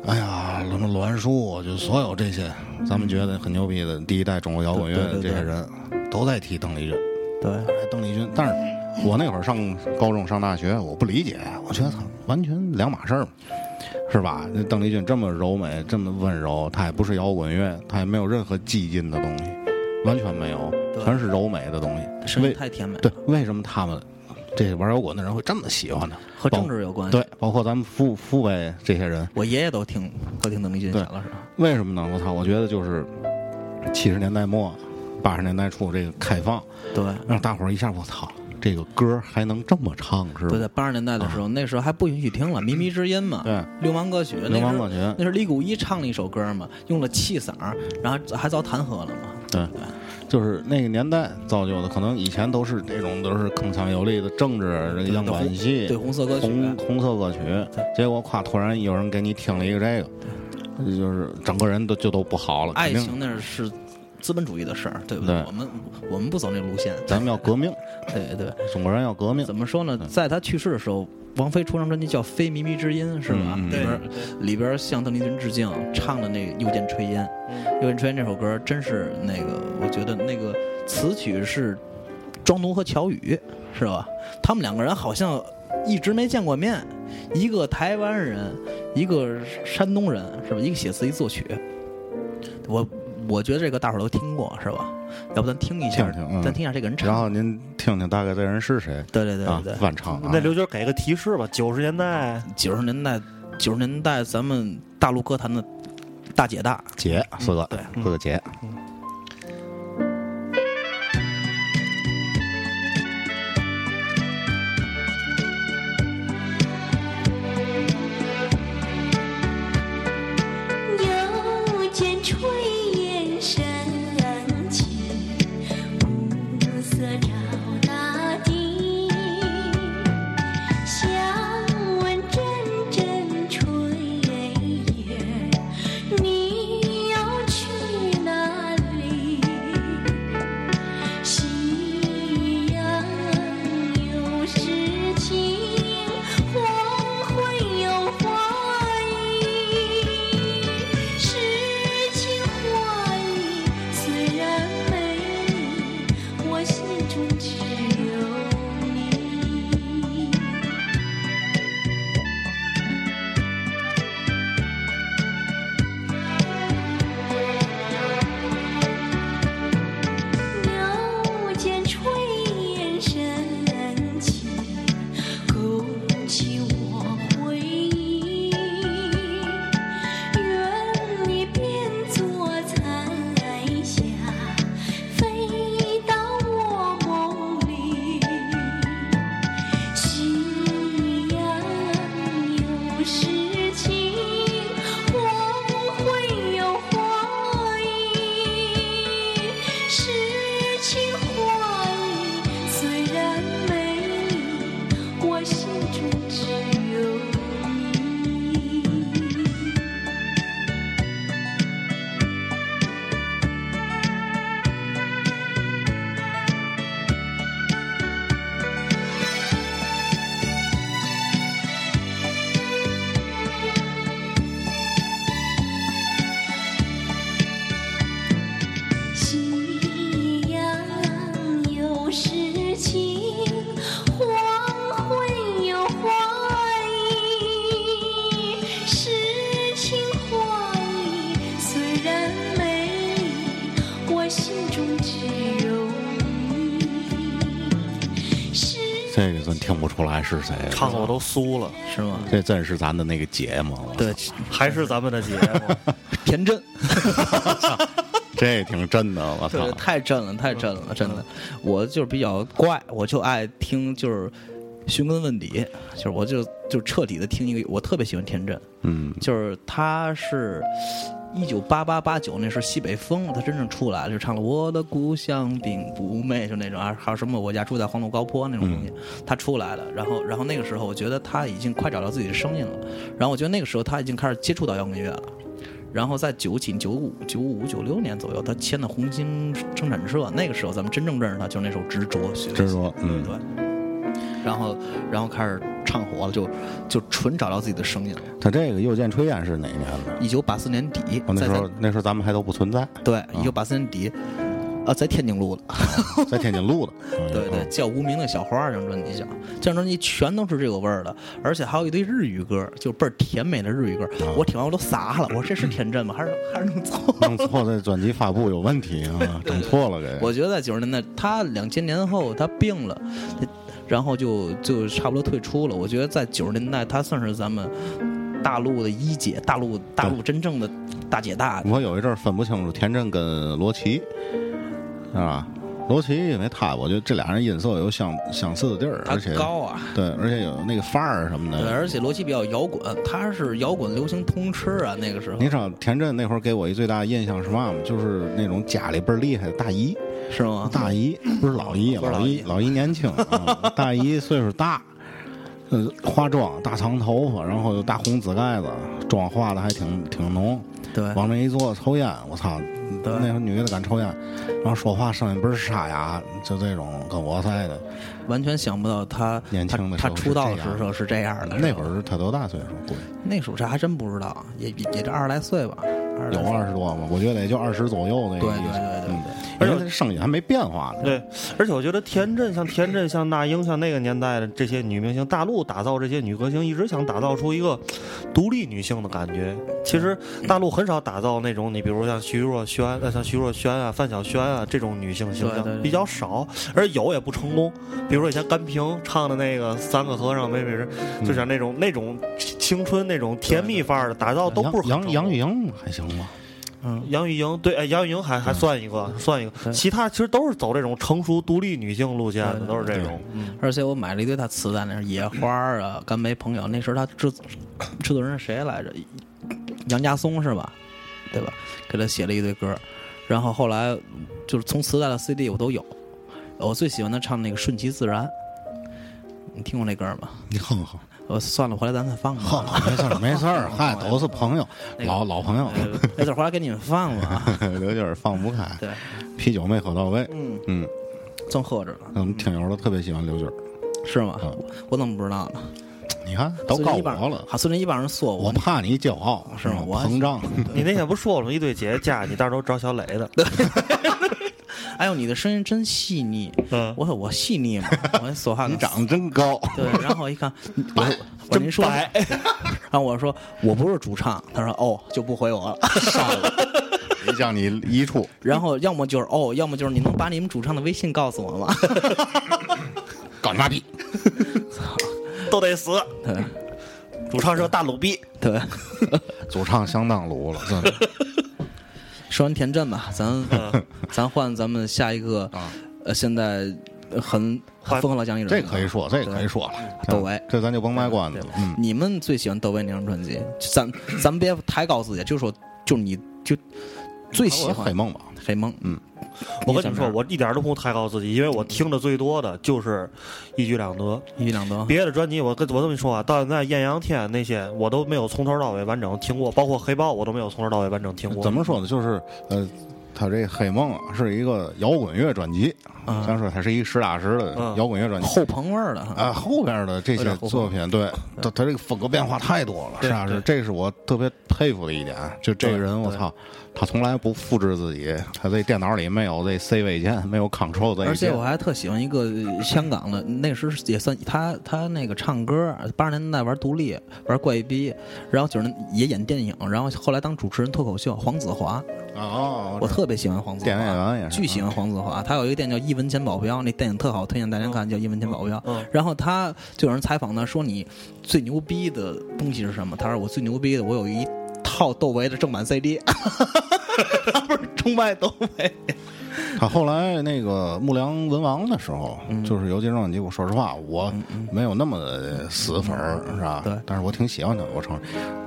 哎呀，什么栾树，就所有这些，咱们觉得很牛逼的第一代中国摇滚乐
对对
这
对
些人，都在提邓丽君。
对
哎邓丽君，但是我那会儿上高中、上大学，我不理解，我觉得她完全两码事儿，是吧？那邓丽君这么柔美，这么温柔，她也不是摇滚乐，她也没有任何激进的东西，完全没有，
对
全是柔美的东西。
声音
为
太甜美了，
对，为什么他们这玩摇滚的人会这么喜欢她？
和
包
政治有关系。
对，包括咱们父父辈这些人，
我爷爷都听都听邓丽君，
对
小的时候，
为什么呢？我操，我觉得就是七十年代末、八十年代初这个开放，
对。
让大伙儿一下，我操，这个歌还能这么唱，是吧？
对，在八十年代的时候，那时候还不允许听了《靡靡之音》嘛，
啊对，
流氓歌曲，
流氓歌曲嗯
那是那是李谷一唱了一首歌嘛，用了气嗓儿，然后还遭弹劾了嘛，
对，就是那个年代造就的，可能以前都是这种都是铿锵有力的政治这个样板戏，
对红色歌曲啊
红红色歌曲，结果夸突然有人给你听了一个这个，就是整个人都就都不好了。
爱
肯定
情那是资本主义的事儿，对不
对
我们我们不走那路线，
咱们要革命，
对对。
中国人要革 命
怎。么说呢？
嗯
在他去世的时候，王菲出张专辑叫《非靡靡之音》，是吧？
嗯嗯
里边里边向邓丽君致敬，唱的那个《又见炊烟》，
嗯
《又见炊烟》这首歌真是那个，我觉得那个词曲是庄奴和乔羽，是吧？他们两个人好像一直没见过面，一个台湾人，一个山东人，是吧？一个写词，一作曲。我我觉得这个大伙儿都听过，是吧？要不咱听一下，
听听嗯
咱听一下这个人唱。
然后您听听大概这人是谁
对对对对
啊
对，？
翻唱啊
那，刘军给个提示吧，九十年代
九十年代，九十年代咱们大陆歌坛的大姐大，
姐四个
对，嗯
四个姐。
又见炊烟升起，暮色照大地。想问阵阵炊烟，你要去哪里？夕阳有诗情，黄昏有花影。诗情画意虽然美丽，我心中只有你。又见炊烟升起，勾起我回忆。愿你变作残霞，飞到我梦里。夕阳有诗情，黄昏有花影。诗情画意虽然美丽，我心中只有你。夕阳有诗情，黄昏有花影。诗情画意虽然美丽，我心中只有你。诗
这个真听不出来是谁，
唱的我都酥了，
是吗？
这真是咱的那个姐吗？我
对，
还是咱们的节目。
田震，
这也挺真的，我操
对，！ 太震了，太震了，真的。我就是比较怪，我就爱听就是寻根问底，就是我就就彻底的听一个，我特别喜欢田震，
嗯，
就是他是。一九八八八九那是西北风，他真正出来了就唱了《我的故乡并不美》，就那种啊，还有什么我家住在黄土高坡那种东西，
嗯
他出来了。然后，然后那个时候我觉得他已经快找到自己的声音了。然后我觉得那个时候他已经开始接触到摇滚乐了。然后在九几、九五、九五、九六年左右，他签的红星生产社，那个时候咱们真正认识他，就是那首《执着》，许
执着
对
嗯
对。然后，然后开始唱火了，就就纯找到自己的声音了。
他这个《又见炊烟》是哪年的？
一九八四年底，
哦我那
在
时
咱
候那时候咱们还都不存 在，
对，一九八四年底，啊，在天津录啊的，
在天津录的。嗯
对对，叫《无名的小花》这张专辑叫，这张专辑全都是这个味儿的，而且还有一堆日语歌，就倍儿甜美的日语歌，我听完我都傻了，我说这是天真吗？还是还是弄错？
弄错的专辑发布有问题啊，整错了给。
我觉得在九十年代，他两千年后他病了，然后就就差不多退出了。我觉得在九十年代，他算是咱们大陆的一姐，大陆大陆真正的大姐大。
我有一阵儿分不清楚田震跟罗琦，啊，罗琦因为他，我觉得这俩人音色有相相似的地儿，
他
而且
高啊，
对，而且有那个范儿什么
对，
的。
而且罗琦比较摇滚，他是摇滚流行通吃啊，那个时候
你知道田震那会儿给我一最大的印象是嘛吗？就是那种家里倍儿厉害的大姨，
是吗？
大姨不是老姨，
啊不是
老
老姨
姨老姨年轻，啊大姨岁数大，呃，化妆大长头发，然后有大红紫盖子，妆化的还挺挺浓，
对，
往那一坐抽烟，我操，
对
那个女的敢抽烟，然后说话声音倍儿沙哑，就这种跟我似的。
完全想不到他
年轻的时
他
候
他出道的
是这样
时候是这样的。
那会
儿
儿她多大岁数？估计
那时候这还真不知道，也也也就二十来岁吧，二十
有
来岁
二十嗯多吗？我觉得也就二十左右的意思。
对对对对对
对，因为她声音还没变化呢。
对，而且我觉得田震像田震像那英像那个年代的这些女明星，大陆打造这些女歌星，一直想打造出一个独立女性的感觉。其实大陆很少打造那种你比如像徐若瑄、呃像徐若瑄啊、范晓萱啊这种女性形象
对对对
比较少，而有也不成功。比如说以前甘萍唱的那个《三个和尚妹妹人》，就像那种那种青春那种甜蜜范儿的打造都不是很
杨
成
杨
功
钰莹还行吧？
嗯
杨钰莹对，哎，杨钰莹还还算一个，算一个，其他其实都是走这种成熟独立女性路线的，都是这种。
而且我买了一堆他磁带，那是《野花》啊，《干杯朋友》。那时候他制制作人是谁来着？杨家松是吧？对吧？给他写了一堆歌，然后后来就是从磁带到 CD 我都有。我最喜欢他唱那个《顺其自然》，你听过那歌吗？
你哼哼
我算了，回来咱再放吧。
哼哼，哦没事儿没事儿，嗨，都是朋友，老老朋友，
呃，没事，回来给你们放吧。
有点放不开，
对，
啤酒没喝到位。
嗯，
嗯，
正喝着呢，
我们听友都特别喜欢刘军儿，
是吗？
嗯
我我怎么不知道呢？
你看都
孙
告
一帮
我了，
好，孙林一帮人说
我
我，
怕你骄傲
是吗我还
膨胀，
你那天不说了吗？一堆姐姐嫁你，到时候找小磊的。
哎呦，你的声音真细腻。
嗯
我说我细腻 吗？我说话
你
能
长得真高，
对，然后我一 看，我说我说您说， 然后我说我不是主唱，他说哦就不回 我了，
上了，谁叫你一处？
然后要么就是哦，要么就是你能把你们主唱的微信告诉我吗？
搞你妈逼！
都得死。
对
主唱是个大鲁逼，
对，
主唱相当鲁了，真的。
说完田震吧，咱
嗯
咱换咱们下一个，呃，现在呃很很
换
疯狂老讲艺人，
啊这可以。说，这可以说了。
窦唯
这咱就甭卖关子了。嗯，
你们最喜欢窦唯哪张专辑？咱咱们别抬高自己，就说就你就最喜
黑
欢
梦吧，
黑梦，嗯，
我跟你说，
想
我一点都不抬高自己，因为我听的最多的就是一举两得。
一举两得，
别的专辑，我跟我这么说啊，到现在艳阳天那些我都没有从头到尾完整听过，包括黑豹我都没有从头到尾完整听过。
怎么说呢？就是呃，他这黑梦啊是一个摇滚乐专辑，
嗯
咱说它是一个实打实的
嗯
摇滚乐专辑。
后朋味儿的哈，
啊，后边的这些作品，对他他这个风格变化太多了，是啊，是，这是我特别佩服的一点。就这个人，我操，他从来不复制自己，他这电脑里没有这 C 位键，没有 Control 这一键。
而且我还特喜欢一个呃香港的，那时候也算他他那个唱歌，八十年代玩独立，玩怪逼，然后九十也演电影，然后后来当主持人脱口秀，黄子华，
哦，
我特别喜欢黄子华，
电影演员也是嗯
巨喜欢黄子华。他有一个电影叫《一文钱保镖》，那电影特好，推荐大家看，叫《一文钱保镖》。然后他就有人采访他说：“你最牛逼的东西是什么？”他说：“我最牛逼的，我有一套窦唯的正版 CD。” 他不是崇拜窦唯，
他后来那个木良文王的时候，
嗯
就是游击战辑。我说实话，我没有那么死粉儿，是吧？
嗯对
但是我挺喜欢他，我承认，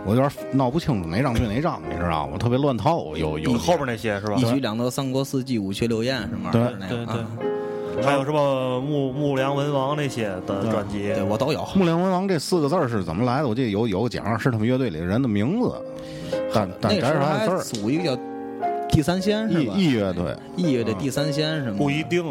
我有点闹不清楚哪张对哪张，你知道吗？我特别乱套，有有
你后边那些是吧
一？举两得，三国四季，五雀六宴什么玩意儿
对
那
对
个
对
啊。，
还有什么木木良文王那些的专辑，
对我都有。
木良文王这四个字儿是怎么来的？我记得有有个奖是他们乐队里的人的名字，但但
那
摘
时
出
候还
来的字儿，
组一个叫第三仙是
异
吧？
异乐队，
艺乐的第三仙什么？
不一。定。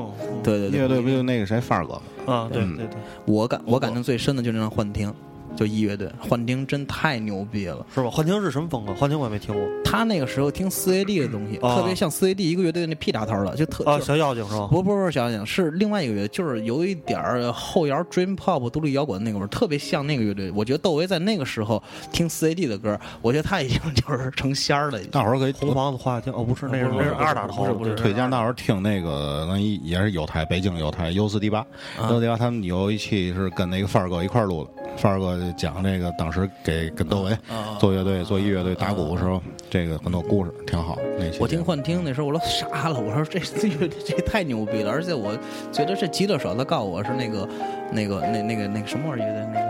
对对对，
乐队不就那个谁范儿哥吗？
啊，嗯对对对，
我感我感情最深的就是那张幻听，就艺乐队幻听真太牛逼了。
是吧？幻听是什么风格？幻听我也没听过
他那个时候听四 AD 的东西，
啊
特别像四 AD 一个乐队那屁大头的，就特
啊，
就
小妖精是吧？
不不不，小想是另外一个乐队，就是有一点儿后摇 dream pop 独立摇滚那个味儿，特别像那个乐队。我觉得窦唯在那个时候听四 AD 的歌，我觉得他已经就是成仙儿了。已经
大伙儿可以
红房子花厅哦，不是，那是那是二打头，不是
推荐大伙儿听那个，那一也是有台北京有台 U 四 D 八，U
啊
四 D 八他们有一期是跟那个范儿哥一块儿录的，范儿哥就讲这个当时给跟
啊
窦唯做乐队、做一乐队打鼓的时候，这个很多故事挺好。那期
我听
过，
幻听那时候，我都傻了，我说这这乐这太牛逼了，而且我觉得这吉他手他告我是那个那个那那个那个什么玩意儿乐队那个。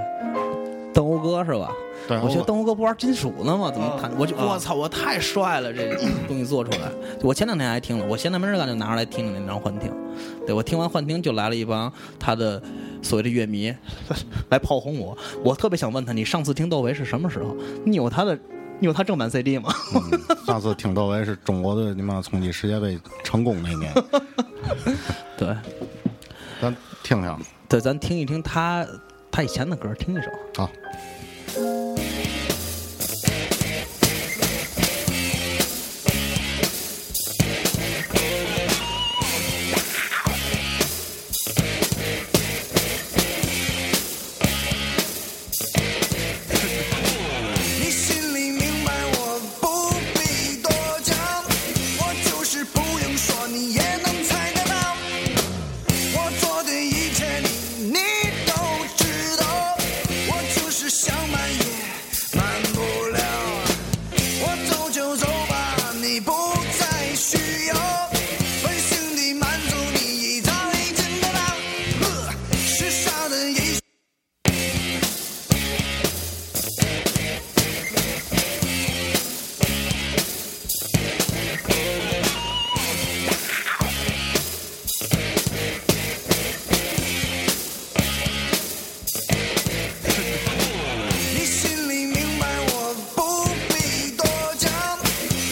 邓欧哥是吧？
对
我觉得
欧哥
邓欧哥不玩金属呢吗？怎么弹？我就
啊
我操，我太帅了，这东西做出来。我前两天还听了，我闲着没事干就拿出来听听那张幻听。对我听完幻听，就来了一帮他的所谓的乐迷来炮轰我。我特别想问他，你上次听窦唯是什么时候？你有他的，你有他正版 CD 吗？
嗯上次挺窦唯是中国队他妈冲击世界杯成功那年，
对
咱听听
对，咱听一听他他以前的歌，听一首。
好。
你心里明白，我不必多讲，我就是不用说，你也能猜得到。我做的一切你你都知道，我就是想瞒也瞒不了。我走就走吧，你不再需要，温馨的满足你一早已经得到。时尚的一。你心里明白，我不必多讲，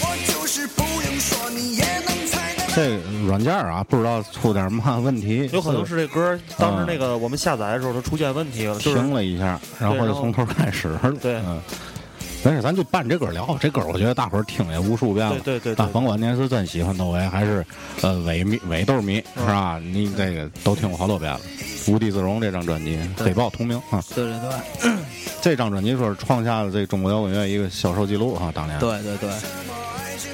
我就是不用说，你也能猜得到。
这软件啊，不知道出点嘛问题，
有可能是这歌当时那个我们下载的时候它出现问题了，就是
停了一下，然后
对
就
然后
从头开始了。
对
嗯，没事，咱就伴这歌聊。这歌我觉得大伙儿听也无数遍了。
对对对对
但甭管您是真喜欢窦唯，还是呃伪迷伪豆迷，是吧？
嗯
你这个都听过好多遍了。《无地自容》这张专辑，黑豹同名啊，
对对对。
这张专辑说是创下了这中国摇滚乐一个销售记录啊，当年。
对对对，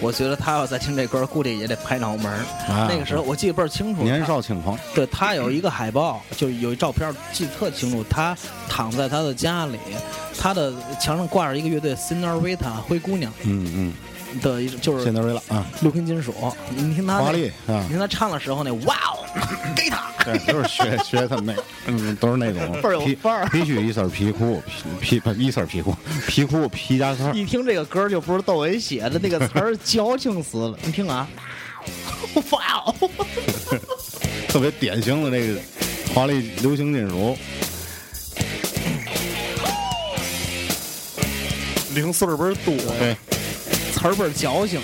我觉得他要再听这歌，估计也得拍脑门儿。
啊
那个时候我记得倍儿清楚，
年
他
少轻狂，
对他有一个海报，就有一照片，记得特清楚。他躺在他的家里，他的墙上挂着一个乐队 Cinerita 灰姑娘
嗯
的一，就
嗯，现
是
在瑞了啊，
六根金属。你听他那
华丽啊
你听他唱的时候那哇哦，给他。
对，就是 学学他们那，嗯，都是那种
倍儿有
皮
范儿
必须一身皮裤，皮皮不一身皮裤，皮裤皮夹克，
一听这个歌就不是窦唯写的，那个词儿矫情死了。你听啊， 哇哦，
特别典型的这个华丽流行金属。
零碎儿倍儿多，
对，
词儿倍儿矫情。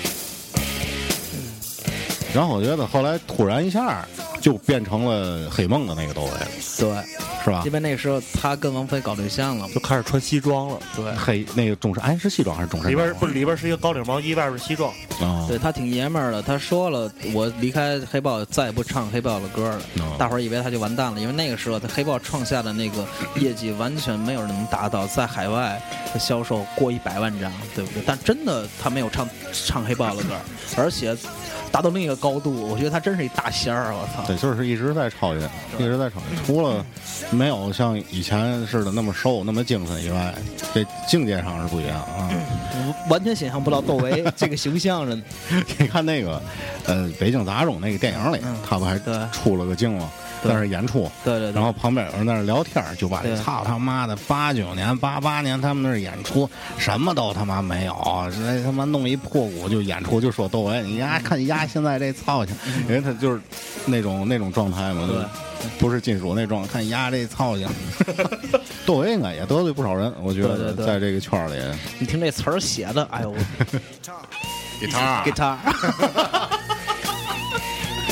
然后我觉得后来突然一下就变成了黑梦的那个窦唯，
对，
是吧
因？为那时候他跟王菲搞对象了嘛。
就开始穿西装了。
对，
黑那个中山，哎，是西装还是中山
里
装
边
啊？
儿不是里边儿是一个高领毛衣，外边儿是西装。
啊，
对他挺爷们儿的，他说了，我离开黑豹再也不唱黑豹的歌了。
哦
大伙儿以为他就完蛋了，因为那个时候他黑豹创下的那个业绩完全没有人能达到，在海外的销售过一百万张，对不对？但真的他没有唱唱黑豹的歌，而且达到另一个高度，我觉得他真是一大仙儿，我操！
对，就是一直在超越，一直在超越。除了没有像以前似的那么瘦、那么精神以外，这境界上是不一样啊。
完全想象不到窦 唯这个形象着呢。
你 看那个，呃，《北京杂种》那个电影里，
嗯
他不还
对
出了个镜吗？在
对
那儿演出，
对对对
然后旁边有人在那儿聊天儿，就把这
对
操他妈的八九年、八八年他们那儿演出什么都他妈没有，这他妈弄一破鼓就演出，就说窦唯，你
嗯
丫看丫现在这操性，因为他就是那种那种状态嘛，就是不是金属那状态，看丫这操性。 窦唯应该也得罪不少人，我觉
对
得
对对
在这个圈儿里，
你听这词儿写的， 哎呦，
给他
给他。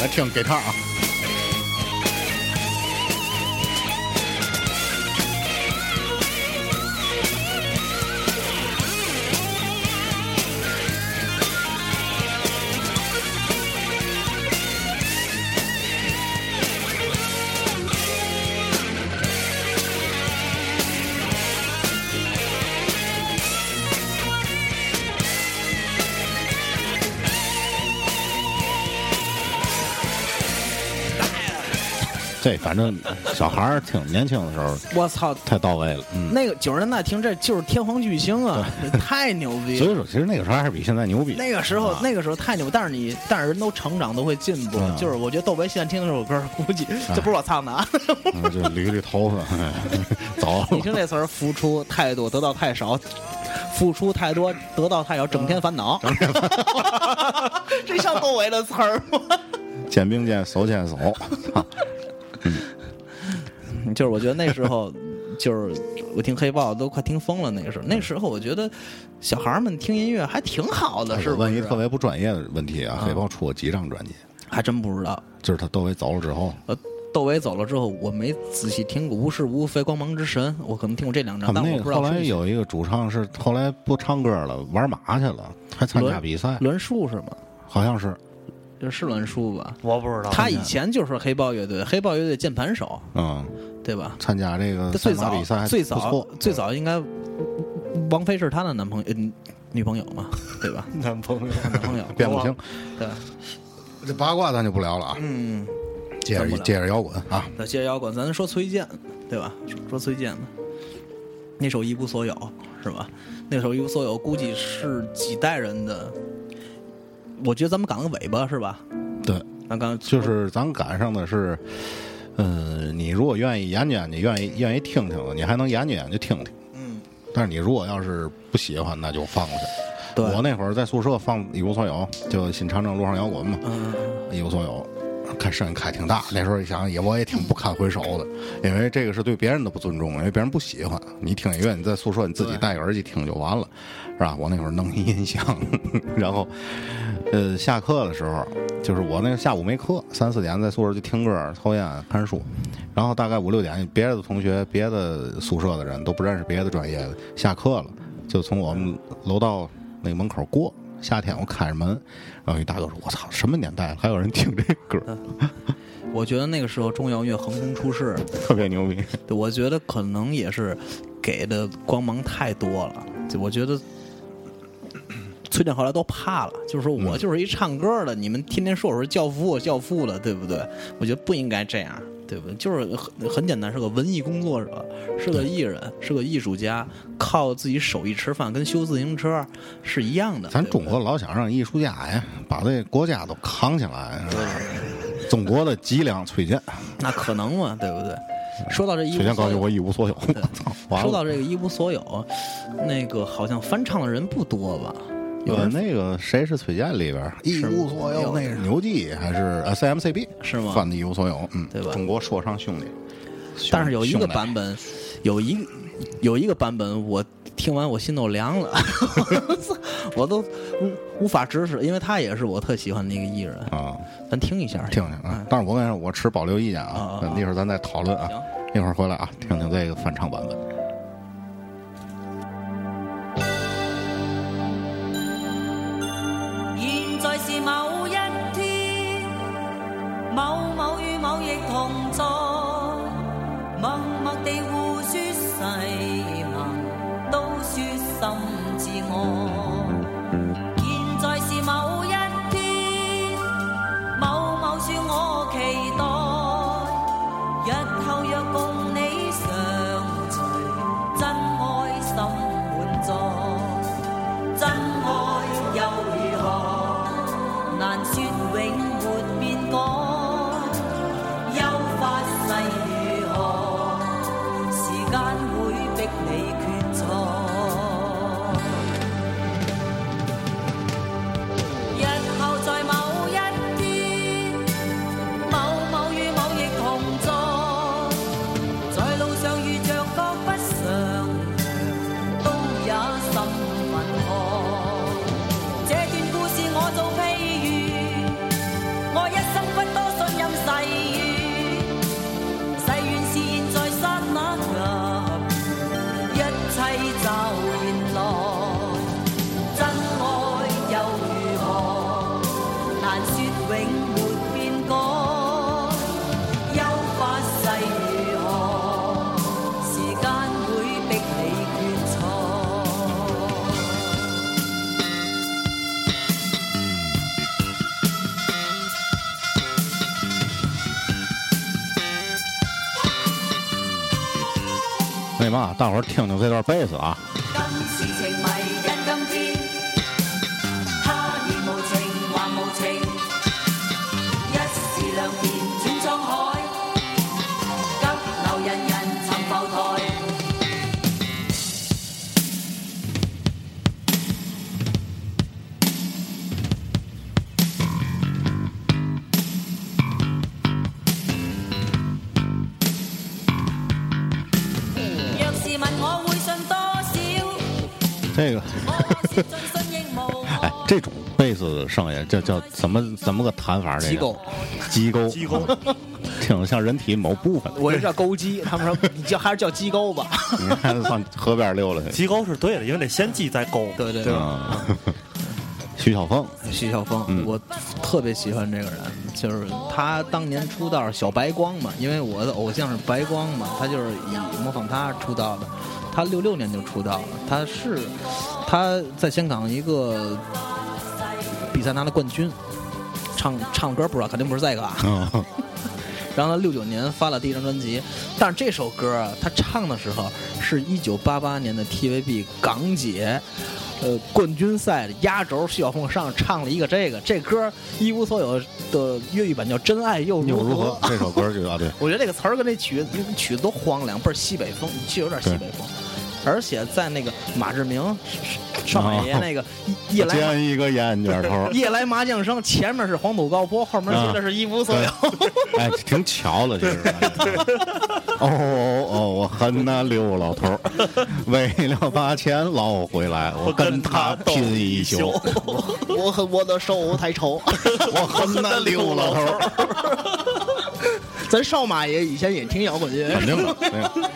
来听给他啊。
我
这反正小孩儿挺年轻的时候
我操，
太到位了，嗯。
那个九十年代听这就是天皇巨星啊，这太牛逼
所以
了。
说，其实那个时候还是比现在牛逼。
那个时候
啊，
那个时候太牛，但是你，但是人都成长，都会进步。
嗯
就是我觉得窦唯现在听这首歌，估计这不是我唱 的啊。
嗯就捋捋头发， 走。
你听这词儿，付出太多，得到太少；付出太多，得到太少，整天烦恼。 这像窦唯的词儿吗？
肩并肩，手牵手。啊
就是我觉得那时候，就是我听黑豹都快听疯了。那个时候，那时候我觉得小孩儿们听音乐还挺好的， 是啊
我
不
哎问一
是？
特别不专业的问题啊，黑豹出过几张专辑？
还真不知道。
就是他窦唯走了之后，
呃，窦唯走了之后，我没仔细听过《无是无非》《光芒之神》，我可能听过这两
他
张，
们
但
那
我不
个
知
后
道
来
是
有一个主唱是后来不唱歌了，玩马去了，还参加
轮
比赛，
栾树是吗？
好像是。
就是栾树吧？
我不知道。
他以前就是黑豹乐队，黑豹乐队键盘手，
嗯，
对吧？
参加这个
他最
赛嗯马
早
比赛还
最
不
早
错，
最早应该王菲是他的男朋友、呃女朋友嘛，对吧？
男朋友，
男朋友
变不清。
对。
这八卦咱就不聊了啊，
嗯，
接着
咱不聊
接着摇滚啊，
那接着摇滚，咱说崔健，对吧？说说崔健吧，那首《一无所有》是吧？那首《一无所有》估计是几代人的，我觉得咱们赶个尾巴是吧？
对。
咱刚
就是咱赶上的是，呃，你如果愿意研究研究，愿意愿意听听的，你还能研究研究听听。
嗯，
但是你如果要是不喜欢，那就放过去。
对
我那会儿在宿舍放《一无所有》，就新长征路上摇滚嘛，
嗯
一无所有》，看声音开挺大。那时候一想也我也挺不堪回首的，因为这个是对别人的不尊重，因为别人不喜欢。你听音乐，你在宿舍你自己戴个耳机听就完了，是吧？我那会儿弄一音响， 然后呃，下课的时候，就是我那个下午没课，三四点在宿舍就听歌、抽烟、看书，然后大概五六点，别的同学、别的宿舍的人都不认识别的专业的，下课了就从我们楼道那个门口过。夏天我开着门，然后一大哥说：“我操，什么年代了还有人听这歌，
我觉得那个时候中摇乐横空出世，
特别牛逼。
对我觉得可能也是给的光芒太多了，就我觉得。崔健后来都怕了，就是说
嗯
我就是一唱歌的，你们天天说我是教父，教父了，对不对？我觉得不应该这样，对不对？就是很很简单，是个文艺工作者，是个艺人，是个艺术家，靠自己手艺吃饭，跟修自行车是一样的。
咱
对不
中
对
国老想让艺术家呀把这国家都扛起来，是吧 中国的脊梁崔健，
那可能吗？对不对？说到这一无
崔健告
所
诉
有
我一无所有，我
对
操，完
说
了
到。这个一无所有，那个好像翻唱的人不多吧？有
呃，
人
那个谁是崔健里边儿一无所有，那是牛记还是 S M C B
是吗
翻的一无所有，嗯，
对吧嗯
中国说唱兄弟，兄
但是有一个
兄弟
版本，有一个有一个版本，我听完我心都凉了， 我都无无法直视，因为他也是我特喜欢的一个艺人。
啊，
咱听一下，
听听啊。但是我跟你说，我持保留意见啊
嗯啊啊啊，
一会儿咱再讨论啊
行，
一会儿回来啊，听听这个翻唱版本。
现在是某一天，某某与某亦同在，默默地互说誓盟，都说心自爱。现在是某一天，某某说我期待，日后若共你相聚，真爱心满载。真愛又如何？難說永沒變改，優法世如何？時間會逼你決錯。日後在某一天，某某與某亦同在，在路上遇着各不相讓，都也心憤慨。這段故事我做譬喻，
那嘛，大伙儿听听这段贝斯啊，
今事情迷因今天，他已無情還無情，一時良田轉沧海，急流人人尋浮台。若是問我會信多少，
这个，
我是盡信亦無
哎，
害。
这种贝斯的声音叫叫怎么怎么个弹法？这
机
个
构，
机构，
机构，
挺像人体某部分的。
我这叫钩机，他们说你叫还是叫机钩吧。
你看，上河边溜了去。
鸡钩是对的，因为得先鸡再钩。
对对
吧
啊，徐小凤，
徐小凤，我特别喜欢这个人，就是他当年出道小白光嘛，因为我的偶像是白光嘛，他就是以模仿他出道的。他六六年就出道了，他是他在香港一个比赛拿了冠军，唱唱歌不知道，肯定不是在个啊。
嗯，
然后他六九年发了第一张专辑，但是这首歌啊，他唱的时候是一九八八年的 TVB 港姐，呃，冠军赛的压轴，徐小凤上唱了一个这个，这歌一无所有的粤语版叫《真爱又
又
如
如何？这首歌就啊，对，
我觉得这个词儿跟那曲子曲子都荒凉，倍儿西北风，就有点西北风。而且在那个马志明、邵美爷
哦
那个夜来，
煎一个眼角头
夜来麻将声，前面是黄土高坡，后面
啊
接着是一无所有。
哎，挺巧了，其实。哦哦哦！我恨那刘老头儿，为了把钱捞回来，我跟他拼一宿。
我和我的手太丑，
我恨那刘老头儿，
咱少马爷以前也听摇滚乐
肯，定的。肯定 的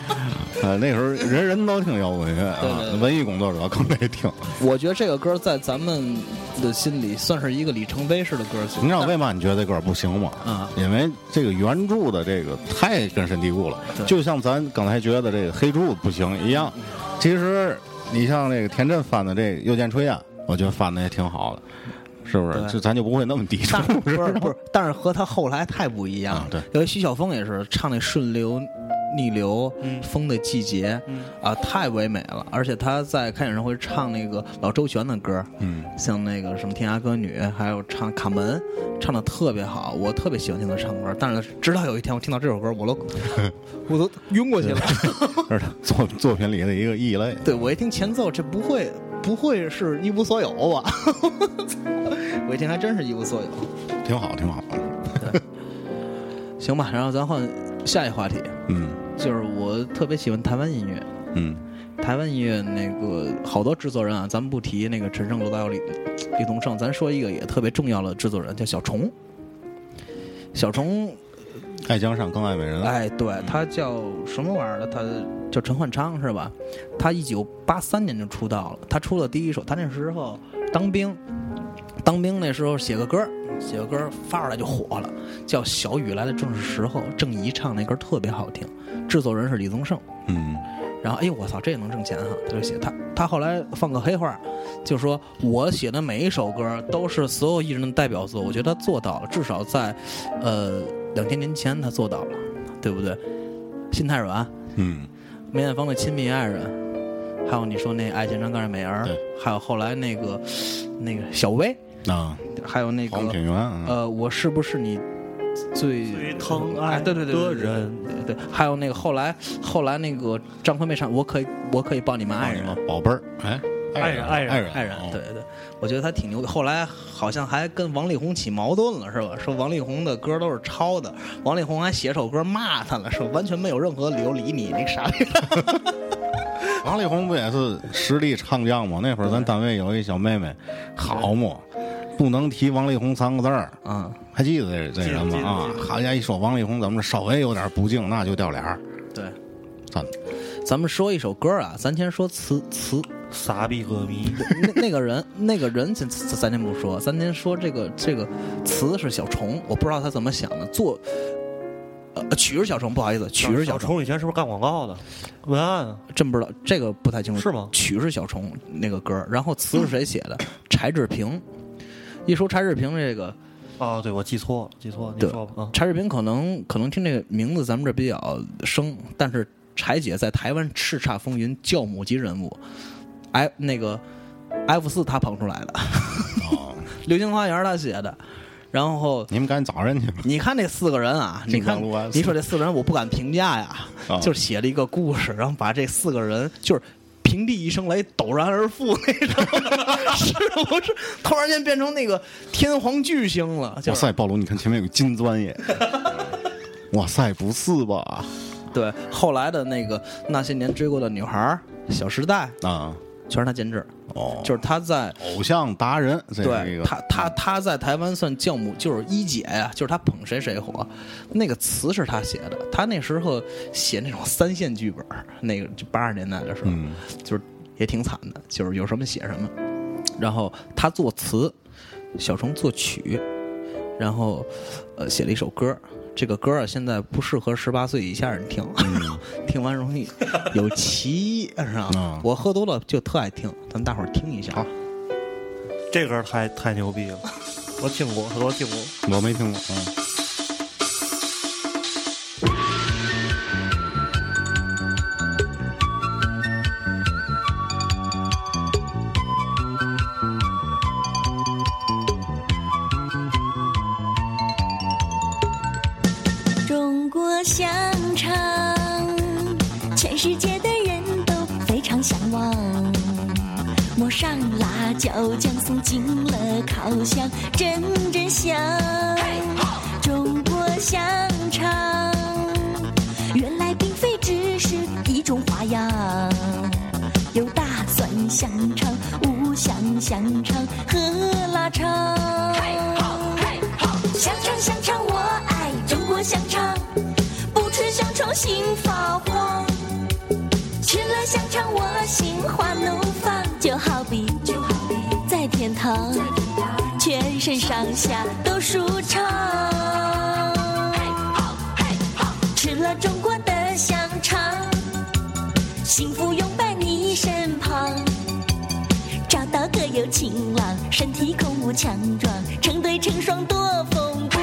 呃，那时候人人都听摇滚乐
对对
啊
对，
文艺工作者更得听。
我觉得这个歌在咱们的心里算是一个里程碑式的歌曲。
你知道为嘛你觉得这歌不行吗？
啊
因为这个原著的这个太根深蒂固了，
对
就像咱刚才觉得这个黑柱不行一样。其实你像这个田震翻的这个《又见炊烟》，我觉得翻的也挺好的，是不是？
对
就咱就不会那么抵触
但，是不
是吧
是不是，但是和他后来太不一样了
啊。对，
尤其徐小凤也是唱那顺流、逆流、风的季节，啊，太唯美了。而且他在开演唱会唱那个老周璇的歌，
嗯，
像那个什么《天涯歌女》，还有唱《卡门》，唱的特别好，我特别喜欢听他唱歌。但是直到有一天我听到这首歌，我都 我都晕过去 了。
这是 作作品里的一个异类。
对我一听前奏，这不会不会是一无所有吧？ 我一听还真是一无所有。
挺好，挺好。
行吧，然后咱换下一话题，
嗯
就是我特别喜欢台湾音乐。
嗯，
台湾音乐那个好多制作人啊，咱们不提那个陈胜、罗大佑、李李宗盛，咱说一个也特别重要的制作人，叫小虫。小虫，
爱江山更爱美人。
哎，对他叫什么玩意儿的？他叫陈焕昌是吧？他一九八三年就出道了，他出了第一首，他那时候当兵，当兵那时候写个歌儿，写个歌儿发出来就火了，叫《小雨来的正是时候》，郑怡唱那歌儿特别好听，制作人是李宗盛。
嗯，
然后哎呦我操，这也能挣钱哈、他就写他他后来放个黑话，就说我写的每一首歌都是所有艺人的代表作，我觉得他做到了，至少在呃两千年前他做到了，对不对？心太软，
嗯，
梅艳芳的亲密爱人，还有你说那爱情上告诉美儿
对，
还有后来那个那个小薇，
啊，
还有那个
黄品源啊，
呃我是不是你最
最疼
哎
爱
对对对对
的
对对
人，
对，还有那个后来后来那个张惠妹唱我可以我可以抱你们爱人
什。宝贝儿，哎，
爱人
爱人，
爱人，对
哦，
对，我觉得他挺牛。后来好像还跟王力宏起矛盾了，是吧？说王力宏的歌都是抄的，王力宏还写首歌骂他了，说完全没有任何理由理你，你个傻逼。
王力宏不也是实力唱将吗？那会儿咱单位有一小妹妹，好嘛，不能提王力宏三个字儿，
嗯，
还记得这这人吗？
记得
啊
记，得
好家一说王力宏，咱们稍微有点不敬，那就掉脸儿，
对，
真的。
咱们说一首歌啊，咱先说词词
傻逼歌迷，
那那个人，那个人，咱咱咱先不说，咱先说这个这个词是小虫，我不知道他怎么想的。做，呃，曲是小虫，不好意思，曲是
小
虫，
虫以前是不是干广告的？文案啊，
真不知道这个不太清楚。
是吗
曲是小虫那个歌，然后词是谁写的？柴智屏。一说柴智屏这个，
哦，对我记错了，记错了，你
对
说吧啊，
柴智屏可能可能听这个名字咱们这比较生，但是柴姐在台湾叱咤风云、教母级人物。哎，那个 F 四她捧出来的，
哦，
流星花园她写的，然后
你们赶紧找人去吧。
你看这四个人 啊，你
进
看
广路啊，
你说这四个人，我不敢评价呀，
啊
就是写了一个故事，然后把这四个人就是平地一声雷，陡然而富那 种， 是不是？突然间变成那个天皇巨星了，就
哇
是
塞，暴龙，你看前面有个金砖耶！哇塞，不是吧？
对后来的那个那些年追过的女孩儿、小时代，
啊，
全是他监制，
哦，
就是他在。
偶像达人，这是一
对
个嗯
他，他他在台湾算教母，就是一姐呀、就是他捧谁谁火，那个词是他写的。他那时候写那种三线剧本，那个就八十年代的时候，
嗯
就是也挺惨的，就是有什么写什么。然后他作词，小程作曲，然后呃写了一首歌。这个歌啊，现在不适合十八岁以下人听，
嗯
听完容易有歧义，是吧？
啊
我喝多了就特爱听，咱们大伙儿听一下。啊。
这歌儿太太牛逼了，我听过，我听过。
我没听过。嗯，
中国香肠，全世界的人都非常向往。抹上辣椒酱，送进了烤箱，阵阵香。中国香肠，原来并非只是一种花样，有大蒜香肠、五香香肠和腊肠。香肠香肠我爱中国香肠，不吃香肠心发慌。吃了香肠我心花怒放，就好比就好比在天堂，全身上下都舒畅。吃了中国的香肠，幸福永伴你身旁。找到个有情郎，身体孔武强壮，成对成双多风光。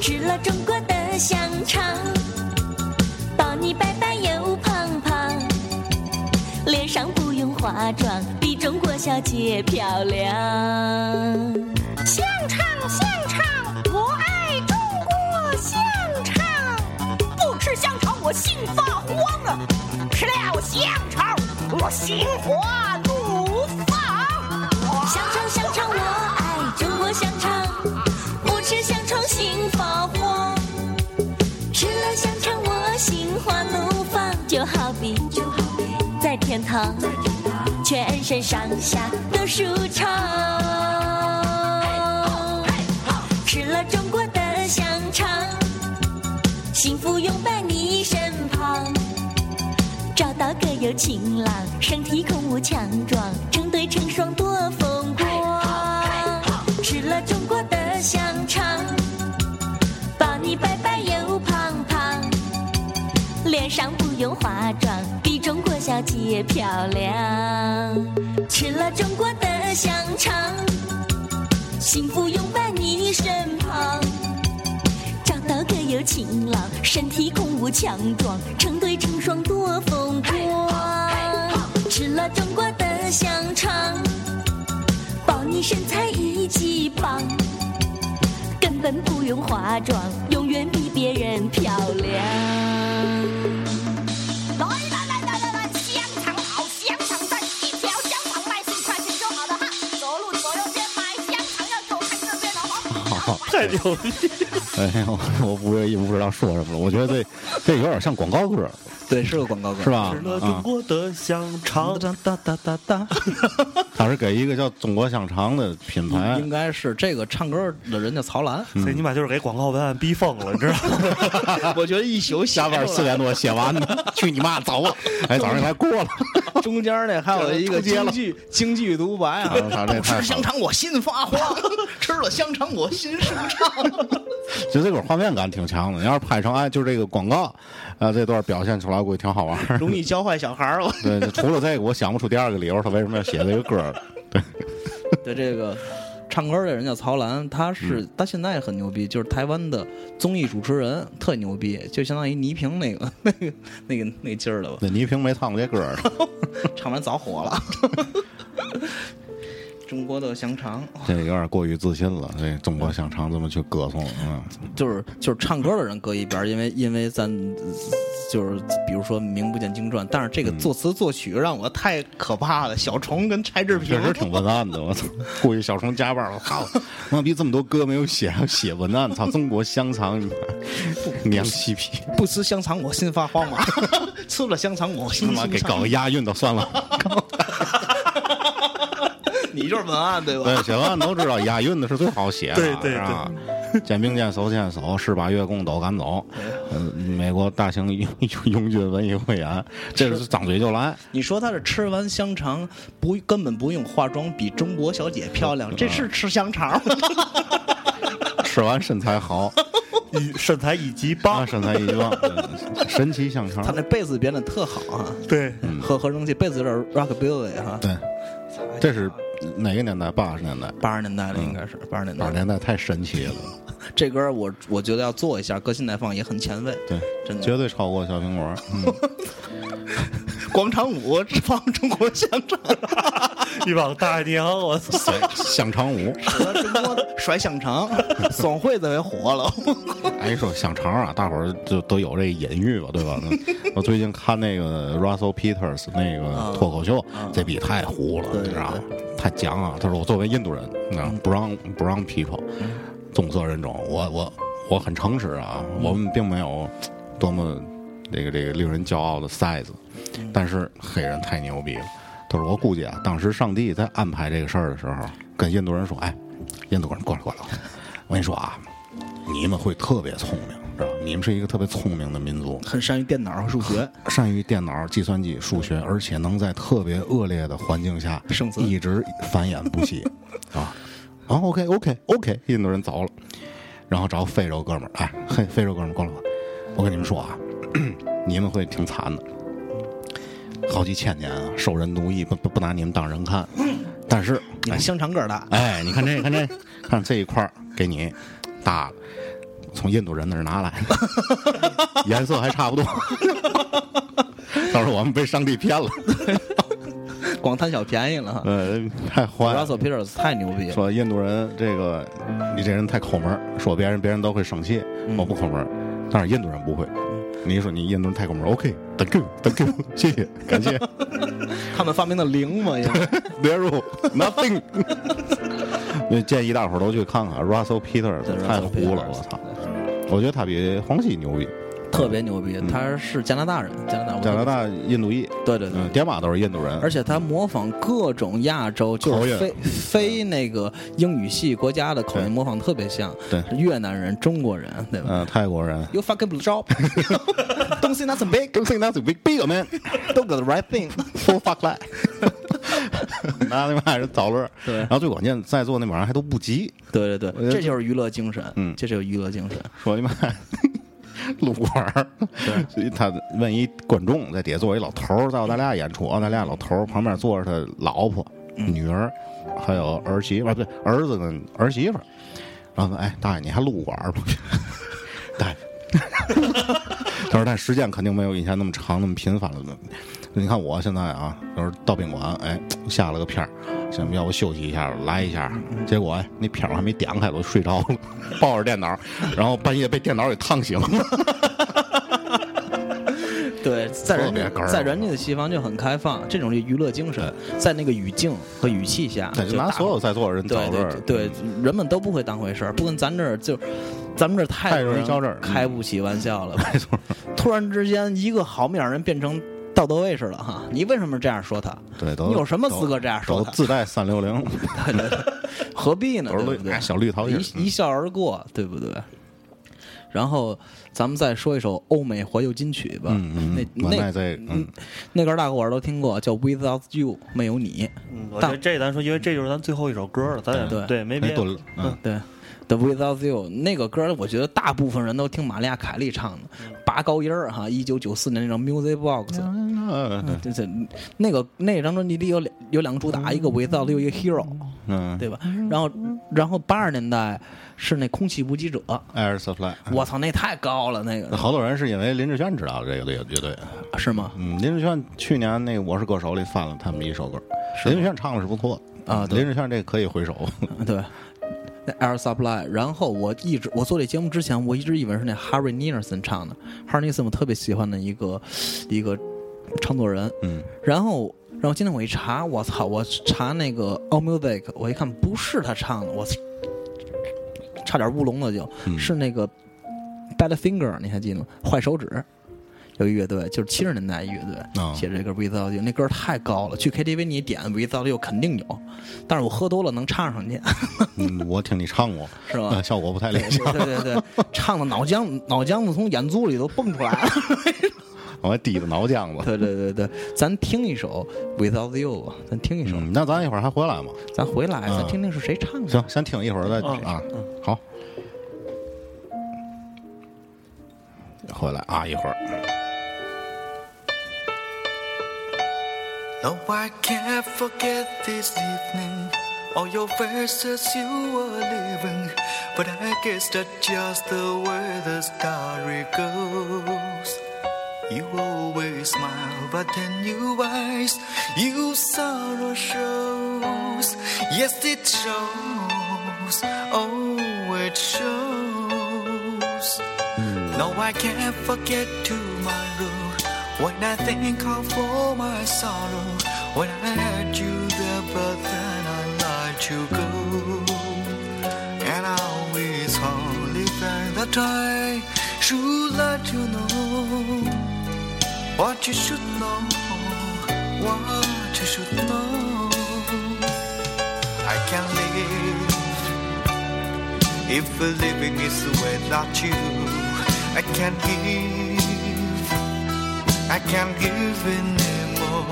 吃了中国的香肠，保你白白又胖胖，脸上不用化妆，比中国小姐漂亮。香肠，香肠，我爱中国香肠，不吃香肠我心发慌啊！吃了香肠，我心花怒放。香肠香肠，我爱中国香肠，不吃香肠心发慌。吃了香肠，我心花怒放，就好比就好比在天堂，全身上下都舒畅。吃了中国的香肠，幸福永伴你身旁。找到个有情郎，身体孔武强壮，成对成双多风光。吃了中国的香肠，保你白白又胖胖，脸上不用化妆，比中国小姐漂亮。吃了中国的香肠，幸福永伴你身旁。找到个有情郎，身体孔武强壮，成对成双多风光。吃了中国的香肠，保你身材一级棒，根本不用化妆，永远比别人漂亮。来来来来来来，香肠好，香肠赞，一条香肠卖十块钱就好了哈。走路左右边买香肠，要走看这边的
好
哦。
太牛逼！
哎， 我我不愿意不知道说什么了。我觉得这这有点像广告歌，
对，是个广告歌，
是？吧
吃？了中
啊，
国的香肠
哒，哒哒哒哒，
他是给一个叫中国香肠的品牌
应，该是这个唱歌的人叫曹 兰，
这尼玛就是给广告文案逼疯了，你知道吗？
我觉得一宿写
下班四点多写 完的，去你妈，走吧！哎，早上还过了，
中间那还 有一个京剧京剧独白啊
啊，这
不
太
吃香肠我心发慌， 吃了香肠我心舒畅。
就这个画面感挺强的。你要是拍成哎，就这个广告，啊，这段表现出来，估计挺好玩儿。
容易教坏小孩儿，我
对， 就除了这个，我想不出第二个理由，他为什么要写这个歌儿。对，
对这个。唱歌的人叫曹澜，他是、
嗯
他现在很牛逼，就是台湾的综艺主持人，特牛逼，就相当于倪萍那个 那个那个那个劲儿了吧，
那倪萍没唱过这歌儿 呢，
唱完早火了。 中国的香肠，
这有点过于自信了。这中国香肠这么去歌颂，嗯，
就是就是唱歌的人搁一边儿，因为因为咱呃就是比如说名不见经传，但是这个
嗯
作词作曲让我太可怕了。小虫跟柴智
确
屏
实挺文案的。我操，故意小虫加班儿，我操，妈逼这么多歌没有写，还写文案，操，中国香肠，你妈娘西皮，
不吃香肠我心发慌麻，吃了香肠我
他
心
妈
情
给搞个押韵都算了。
你就是文案对吧？
对，写文案都知道押韵的是最好写的，
对对
是吧？肩并肩，手牵手，是把越共都赶走。嗯、美国大型拥拥军文艺汇演，这是张嘴就来。
你说她是吃完香肠不根本不用化妆，比中国小姐漂亮，这是吃香肠
嗯
吗？
吃完身材好，
一身材一级
啊，
棒，
身材一棒，嗯神奇香肠
她。那被子编的特好啊，
对，
嗯
和合成器被子有点 rockabilly 哈，
对，这是哪个年代？八十年代。
八十年代的应该是八十年
嗯八
代
十
的。
年代太神奇了，
这歌我我觉得要做一下，搁现在放也很前卫。
对，
真的
绝对超过小苹果。嗯，
广场舞只放中国香肠，
一帮大娘，我操！
香肠舞，
和中国甩香 肠，双汇子也火了。
哎，说香肠啊，大伙儿就都有这隐喻吧，对吧？那我最近看那个 Russell Peters 那个脱口秀，这逼太糊了，你知道吗？他讲啊，他说我作为印度人，你知道吗不让不让 people，棕色人种，我我我很诚实啊，我们并没有多么这个这个令人骄傲的 size，但是黑人太牛逼了。他说我估计啊，当时上帝在安排这个事儿的时候，跟印度人说，哎，印度人过来过来，过来我跟你说啊。你们会特别聪明，知道吧？你们是一个特别聪明的民族，
很善于电脑和数学，
善于电脑、计算机、数学，而且能在特别恶劣的环境下
生存
一直繁衍不息啊！啊，OK OK OK，印度人走了，然后找非洲哥们儿，哎，嘿，非洲哥们儿过来吧，我跟你们说啊， 你们会挺惨的，好几千年啊，受人奴役，不不不拿你们当人看，但是
你们
哎
香肠个儿大，
哎，你看这，看这，看这一块儿给你大了，从印度人那儿拿来的， 颜色还差不多。到时候我们被上帝骗了，
光贪小便宜了哈。
呃，太坏了。
Russell Peters 太牛逼了，
说印度人这个，你这人太抠门儿，说别人别人都会生气，我不抠门儿，但是印度人不会。你一说你印度人太抠门儿，OK，thank、you，thank you，谢谢，感谢
他们发明的零嘛，也是
，zero nothing。那建议大伙儿都去看看 Russell Peters，太糊了，我操！我觉得他比黄西牛逼。
特别牛逼。他是加拿大人，加拿大，我
嗯加拿大印度裔，
对对对
嗯，爹妈都是印度人，
而且他模仿各种亚洲，就
口
是
音嗯
非非那个英语系国家的口音
对
模仿特别像，
对
越南人、中国人，对吧
嗯，泰国人。
？You fucking blue job, don't say nothing big,
Don't think that's a big deal, man.
don't do the right thing。
Full fuck that. 拿 那帮人找乐儿，
对
然后最关键，在座那帮人还都不急，
对对对，
得
这就是娱乐精神，
嗯
这就是娱乐精神。
说哎你妈 撸管儿，所以他问一观众在底下坐一老头儿，在澳大利亚演出，澳大利亚老头儿旁边坐着他老婆、女儿，还有儿媳妇儿，不对，儿子跟儿媳妇儿。然后问：“哎，大爷，你还撸管儿不？” 大爷，他说：“但时间肯定没有以前那么长，那么频繁了。你看我现在啊，就是到宾馆，哎，下了个片儿，想要不休息一下，来一下。结果哎，那片儿我还没点开，我就睡着了，抱着电脑，然后半夜被电脑给烫醒了。”
对，在人
特别哏
家
儿
在人家的西方就很开放，这种就娱乐精神，在那个语境和语气下，
对，就
大
拿所有在座的人找
对
乐儿嗯
对，对，人们都不会当回事儿，不跟咱这儿就，咱们这儿太
太容易较真儿
开不起玩笑了。没错，突然之间一个好面儿人变成道德卫士了哈，你为什么这样说他？
对，都
你有什么资格这样说
都
他？
自带三六零，
何必呢？
都是
对不对
哎小绿桃叶
一一笑而过，对不对？然后咱们再说一首欧美怀旧金曲吧，
嗯嗯，
那
我卖
那
这个，嗯，
那歌大伙儿都听过，叫《Without You》，没有你。
我觉得这咱说，因为这就是咱最后一首歌了，咱也
对
对没
哎
别
多了，嗯，
对， The Without You 那个歌，我觉得大部分人都听玛利亚凯莉唱的，拔高音儿哈，一九九四年那张 Music Box，
嗯
这这那个那张专辑里有两有两个主打，一个 Without You，一个 Hero，
嗯，
对吧？然后然后八十年代是那空气补给者，
嗯，Air Supply，
我操，那太高了，那 个
好多人是因为林志炫知道这个乐乐队，
是吗？
嗯，林志炫去年那个《我是歌手》里翻了他们一首歌，林志炫唱的是不错的
啊对
林志炫这个可以回首，
对。那 Air Supply，然后我一直我做这节目之前，我一直以为是那 Harry Nilsson 唱的，Harry Nilsson 我特别喜欢的一个一个唱作人，
嗯，
然后，然后今天我一查，我操！我查那个 All Music，我一看不是他唱的，我操差点乌龙了就，是那个 Bad Finger，你还记得吗？坏手指。有一乐队，就是七十年代一乐队、
哦
写这歌《Without You》，那歌太高了，去 KTV 你点《Without You》肯定有，但是我喝多了能唱上去，
嗯，我听你唱过，
是吧
呃效果不 太理想，
对对对，唱的脑浆脑浆子从眼珠里都蹦出来了。
我还低着脑浆子。
对对对对，咱听一首《Without You》吧，咱听一首，
嗯，那咱一会儿还回来吗？
咱回来、
嗯
咱听听是谁唱的。
行，先听一会儿再
嗯
啊。好，回来啊，一会儿。
No, I can't forget this evening. All your verses you were leaving. But I guess that's just the way the story goes. You always smile, but then you eyes, you sorrow shows. Yes, it shows. Oh, it shows. No, I can't forget tomorrow. When I think of all my sorrow, when I had you there, but then I let you go. And I always only think that I should let you know what you should know, what you should know. I can live if the living is without you, I can't give. I can't give anymore.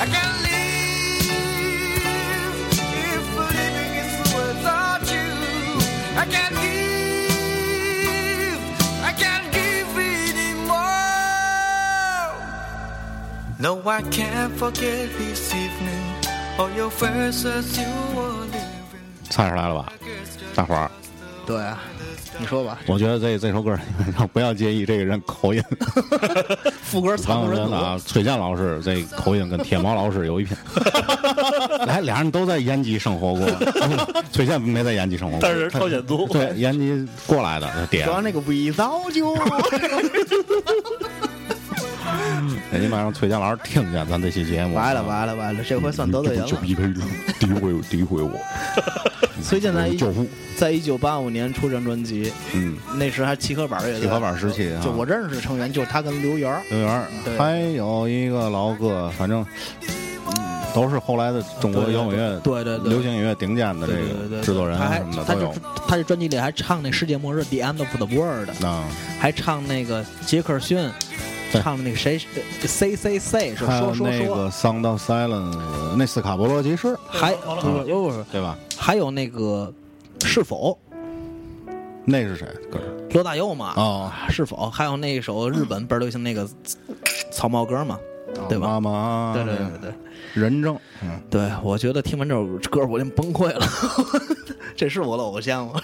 I can't live if the living is without you. I can't give. I can't give anymore. No, I can't forget this evening. All your verses you were leaving.
猜出来了吧，大伙儿？
对啊，你说吧，
我觉得这这首 歌，你们不要介意这个人口音。
副歌惨
刚
不
刚
忍
真
睹
的。啊，崔健老师这口音跟铁毛老师 有一拼。来，俩人都在延吉生活过，崔健没在延吉生活过，
但是朝鲜族
对延吉过来的爹。
主要那个 Without You，
人家妈让崔健老师听见咱这期节目，
完了完了完了，这回算得罪人
就
了。
逼他诋毁诋毁我，
崔健在
我
一
是教父。
在一九八五年出张专辑，
嗯，
那时还契合板乐队，
契合板时期啊
就我认识的成员就是他跟刘源儿，
刘源儿，
对
还有一个老哥，反正嗯，都是后来的中国摇滚乐、
对对对
流行音乐顶尖的
对
这
对对
个
对，
制作人
他
啊
还
什么
他
的都
这
有。
他这专辑里还唱那《世界末日》The End of the World，
那
还唱那个杰克逊，
对
唱的那个谁 C C C 是
还有
说说
那
说，
个 Sound of Silence，那斯卡伯罗集市，
还不是不是
对吧？
还有那个是否
那是谁歌？
罗大佑嘛，
哦，
是否还有那首日本倍儿流行那个草帽歌嘛，对吧？
妈妈，
对对对对，
人证，嗯，
对我觉得听完这首歌我就崩溃了， 这是我的偶像吗？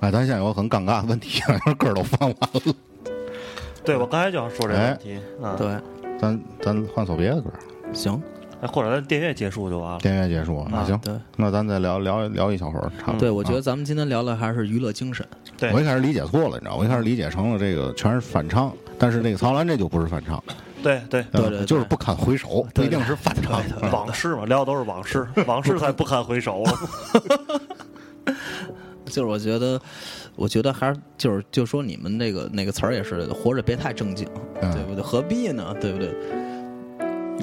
哎，咱现在有个很尴尬的问题， 歌都放完了，
对我刚才就想说这个问题啊，
对，
咱咱换首别的歌，
行，
哎或者咱电乐结束就完了。
电乐结束，那行，
啊对
那咱再聊聊聊一小会儿，差不多。
对我觉得
啊
咱们今天聊的还是娱乐精神，
对
我一开始理解错了，你知道，
嗯
我一开始理解成了这个全是反唱，但是那个曹兰这就不是反唱，
对对，
吧
对对对
就是不堪回首，不
对对
一定是反唱。
往事嘛，聊的都是往事，往事才不堪回首了。
就是我觉得，我觉得还是就是就说你们那个那个词儿也是，活着别太正经，
嗯
对不对？何必呢？对不对？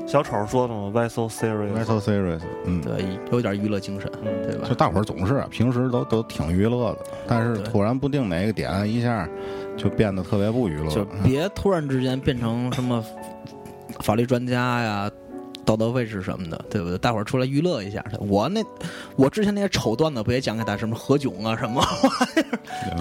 小丑说的嘛，Why so serious？
Metal Series，嗯，
对，有点娱乐精神，对吧
就？大伙儿总是啊平时都都挺娱乐的，但是突然不定哪个点一下就变得特别不娱乐
就嗯
了。
别突然之间变成什么法律专家呀、道德卫士什么的，对不对？大伙儿出来娱乐一下。我那我之前那些丑段子不也讲给大家什么何炅啊什么 玩意儿？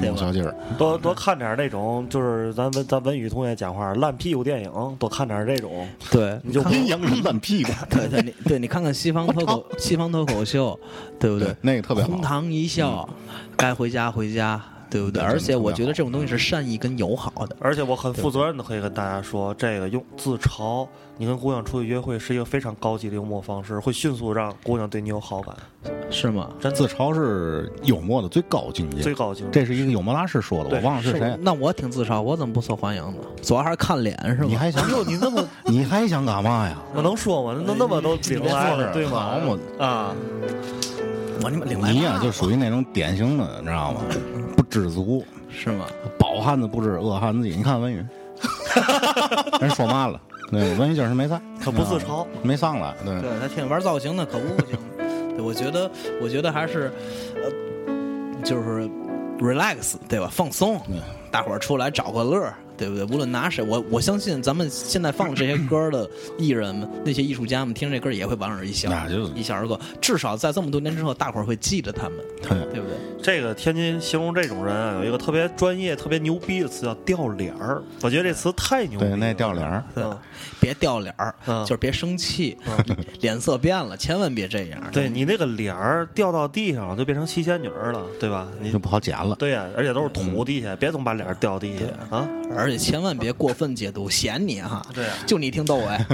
对
弄
吧
小劲 儿，
多多看点儿那种，就是咱文咱文宇同学讲话烂屁股电影，多看点儿这种。
对，
你就不
阴阳人烂屁股，
对对，你对你看看西方脱口西方脱口秀，对不对
对？那个特别好嗯
哄堂一笑，该回家回家，对不对？
真的
而且我
特别好
觉得这种东西是善意跟友好的。
而且我很负责任的可以跟大家说，这个用自嘲，你跟姑娘出去约会是一个非常高级的幽默方式，会迅速让姑娘对你有好感，
是吗？
自嘲是幽默的最高境界，
最高境界。
这是一个有莫拉氏说的，
对
我忘了是
哎
谁。
那我挺自嘲，我怎么不受欢迎呢？主要还是看脸是吗？
你 还想？你那么， 你还想干嘛呀？
我能说吗？那那么都
别
明白
坐这
了，
儿
对
好
吗
嘛？
啊，
我你妈领来
你呀、就属于那种典型的，你知道吗？不知足，
是吗？
饱汉子不知饿汉子饥。你 看文宇，人说嘛了？对，文宇今儿是没在，
可不自嘲，
没上来。对，
对他天天玩造型的可不不行。对，我觉得，我觉得还是，呃，就是 relax，对吧？放松，大伙儿出来找个乐儿，对不对？无论拿谁，我我相信咱们现在放这些歌的艺人们，那些艺术家们听这歌也会莞尔一笑，
那就是
一笑而过。至少在这么多年之后，大伙儿会记得他们，对不对？
这个天津形容这种人啊，有一个特别专业、特别牛逼的词叫“掉脸儿”，我觉得这词太牛逼了。
对，那掉脸儿，
嗯，
别掉脸儿，
嗯
就是别生气，脸色变了，千万别这样。
对你那个脸儿掉到地上就变成七仙女儿了，对吧？你
就不好捡了。
对呀、啊而且都是土地下，别总把脸儿掉地下啊！
而且千万别过分解读，显你哈。
对啊
就你挺逗哎。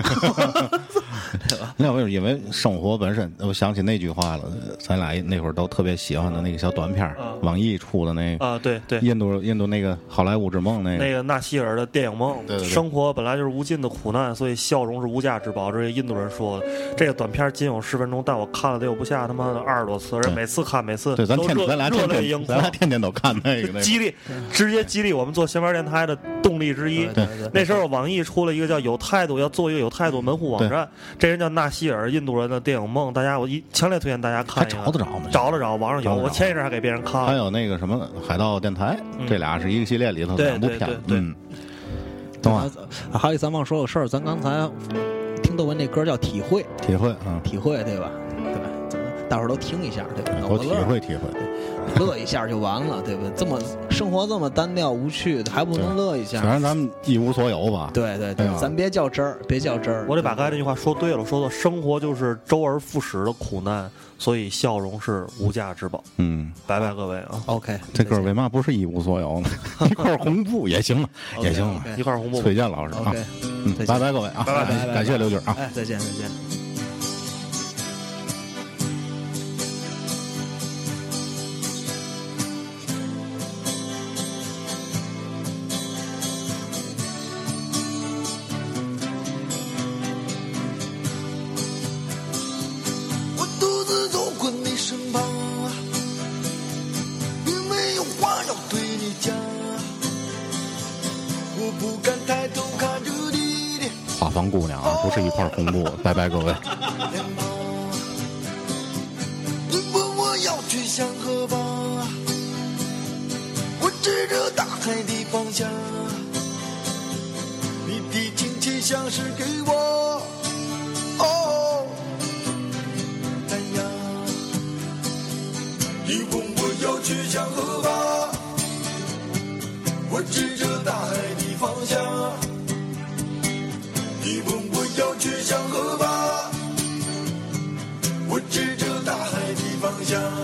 那我因为生活本身，我想起那句话了，咱俩那会儿都特别喜欢的那个小短片儿，
嗯
网易出的那个
啊，对对，
印度印度那个好莱坞之梦那个，
那个纳西尔的电影梦，
对对对
生活本来就是无尽的苦难，所以笑容是无价之宝。这是印度人说的。这个短片仅有十分钟，但我看了得有不下他妈的二十多次，人
对
每次看每次
嗯对，咱
都
天
热
咱俩
热
天
泪盈
天咱
眶
俩，天天都看那个那
激
个，
励直接激励我们做闲玩电台的动力之一。
对对
那时候网易出了一个叫“有态度”，要做一个有态度门户网站。这人叫纳希尔，印度人的电影梦，大家我一强烈推荐大家看一看。
还找得着吗
找得着，网上有。
找得着
我前一阵还给别人看
还
了。
有那个什么海盗电台，这俩是一个系列里头
嗯对
两部
对
片
对，对
嗯，懂吗？
啊还有一咱忘说个事儿，咱刚才听窦文那歌叫《体会》，
体会啊，
体会对吧？对吧？咱们大伙儿都听一下，对吧？
我
脑子
体
嗯乐
会体会，
乐一下就完了，对不对？这么生活这么单调无趣，还不能乐一
反正
下？
咱们一无所有
啊
吧。
对对对
对，吧
咱别较真儿，别较真儿。
我得把刚才那句话说对了，我说的生活就是周而复始的苦难，所以笑容是无价之宝。
嗯，
拜拜各位啊，
OK
这歌
再见
为嘛不是一无所有呢？ 一块红布也行啊，也行啊。
一块红布吧
崔。健老师啊
OK，，
嗯
再，见
拜拜各位啊，
拜拜拜
感谢刘军啊。
哎，再见再见。
我独自走过你身旁啊，因为有话要对你讲啊，我不敢抬头看着你的
花房姑娘啊，不是一块红布，拜拜各位。
脸庞啊，你问我要去向何方啊，我指着大海的方向啊，你的亲切像是给我哦太阳。你问我要去向何方啊，我指着大海的方向啊，你问我要去向何方啊。我指着大海的方向。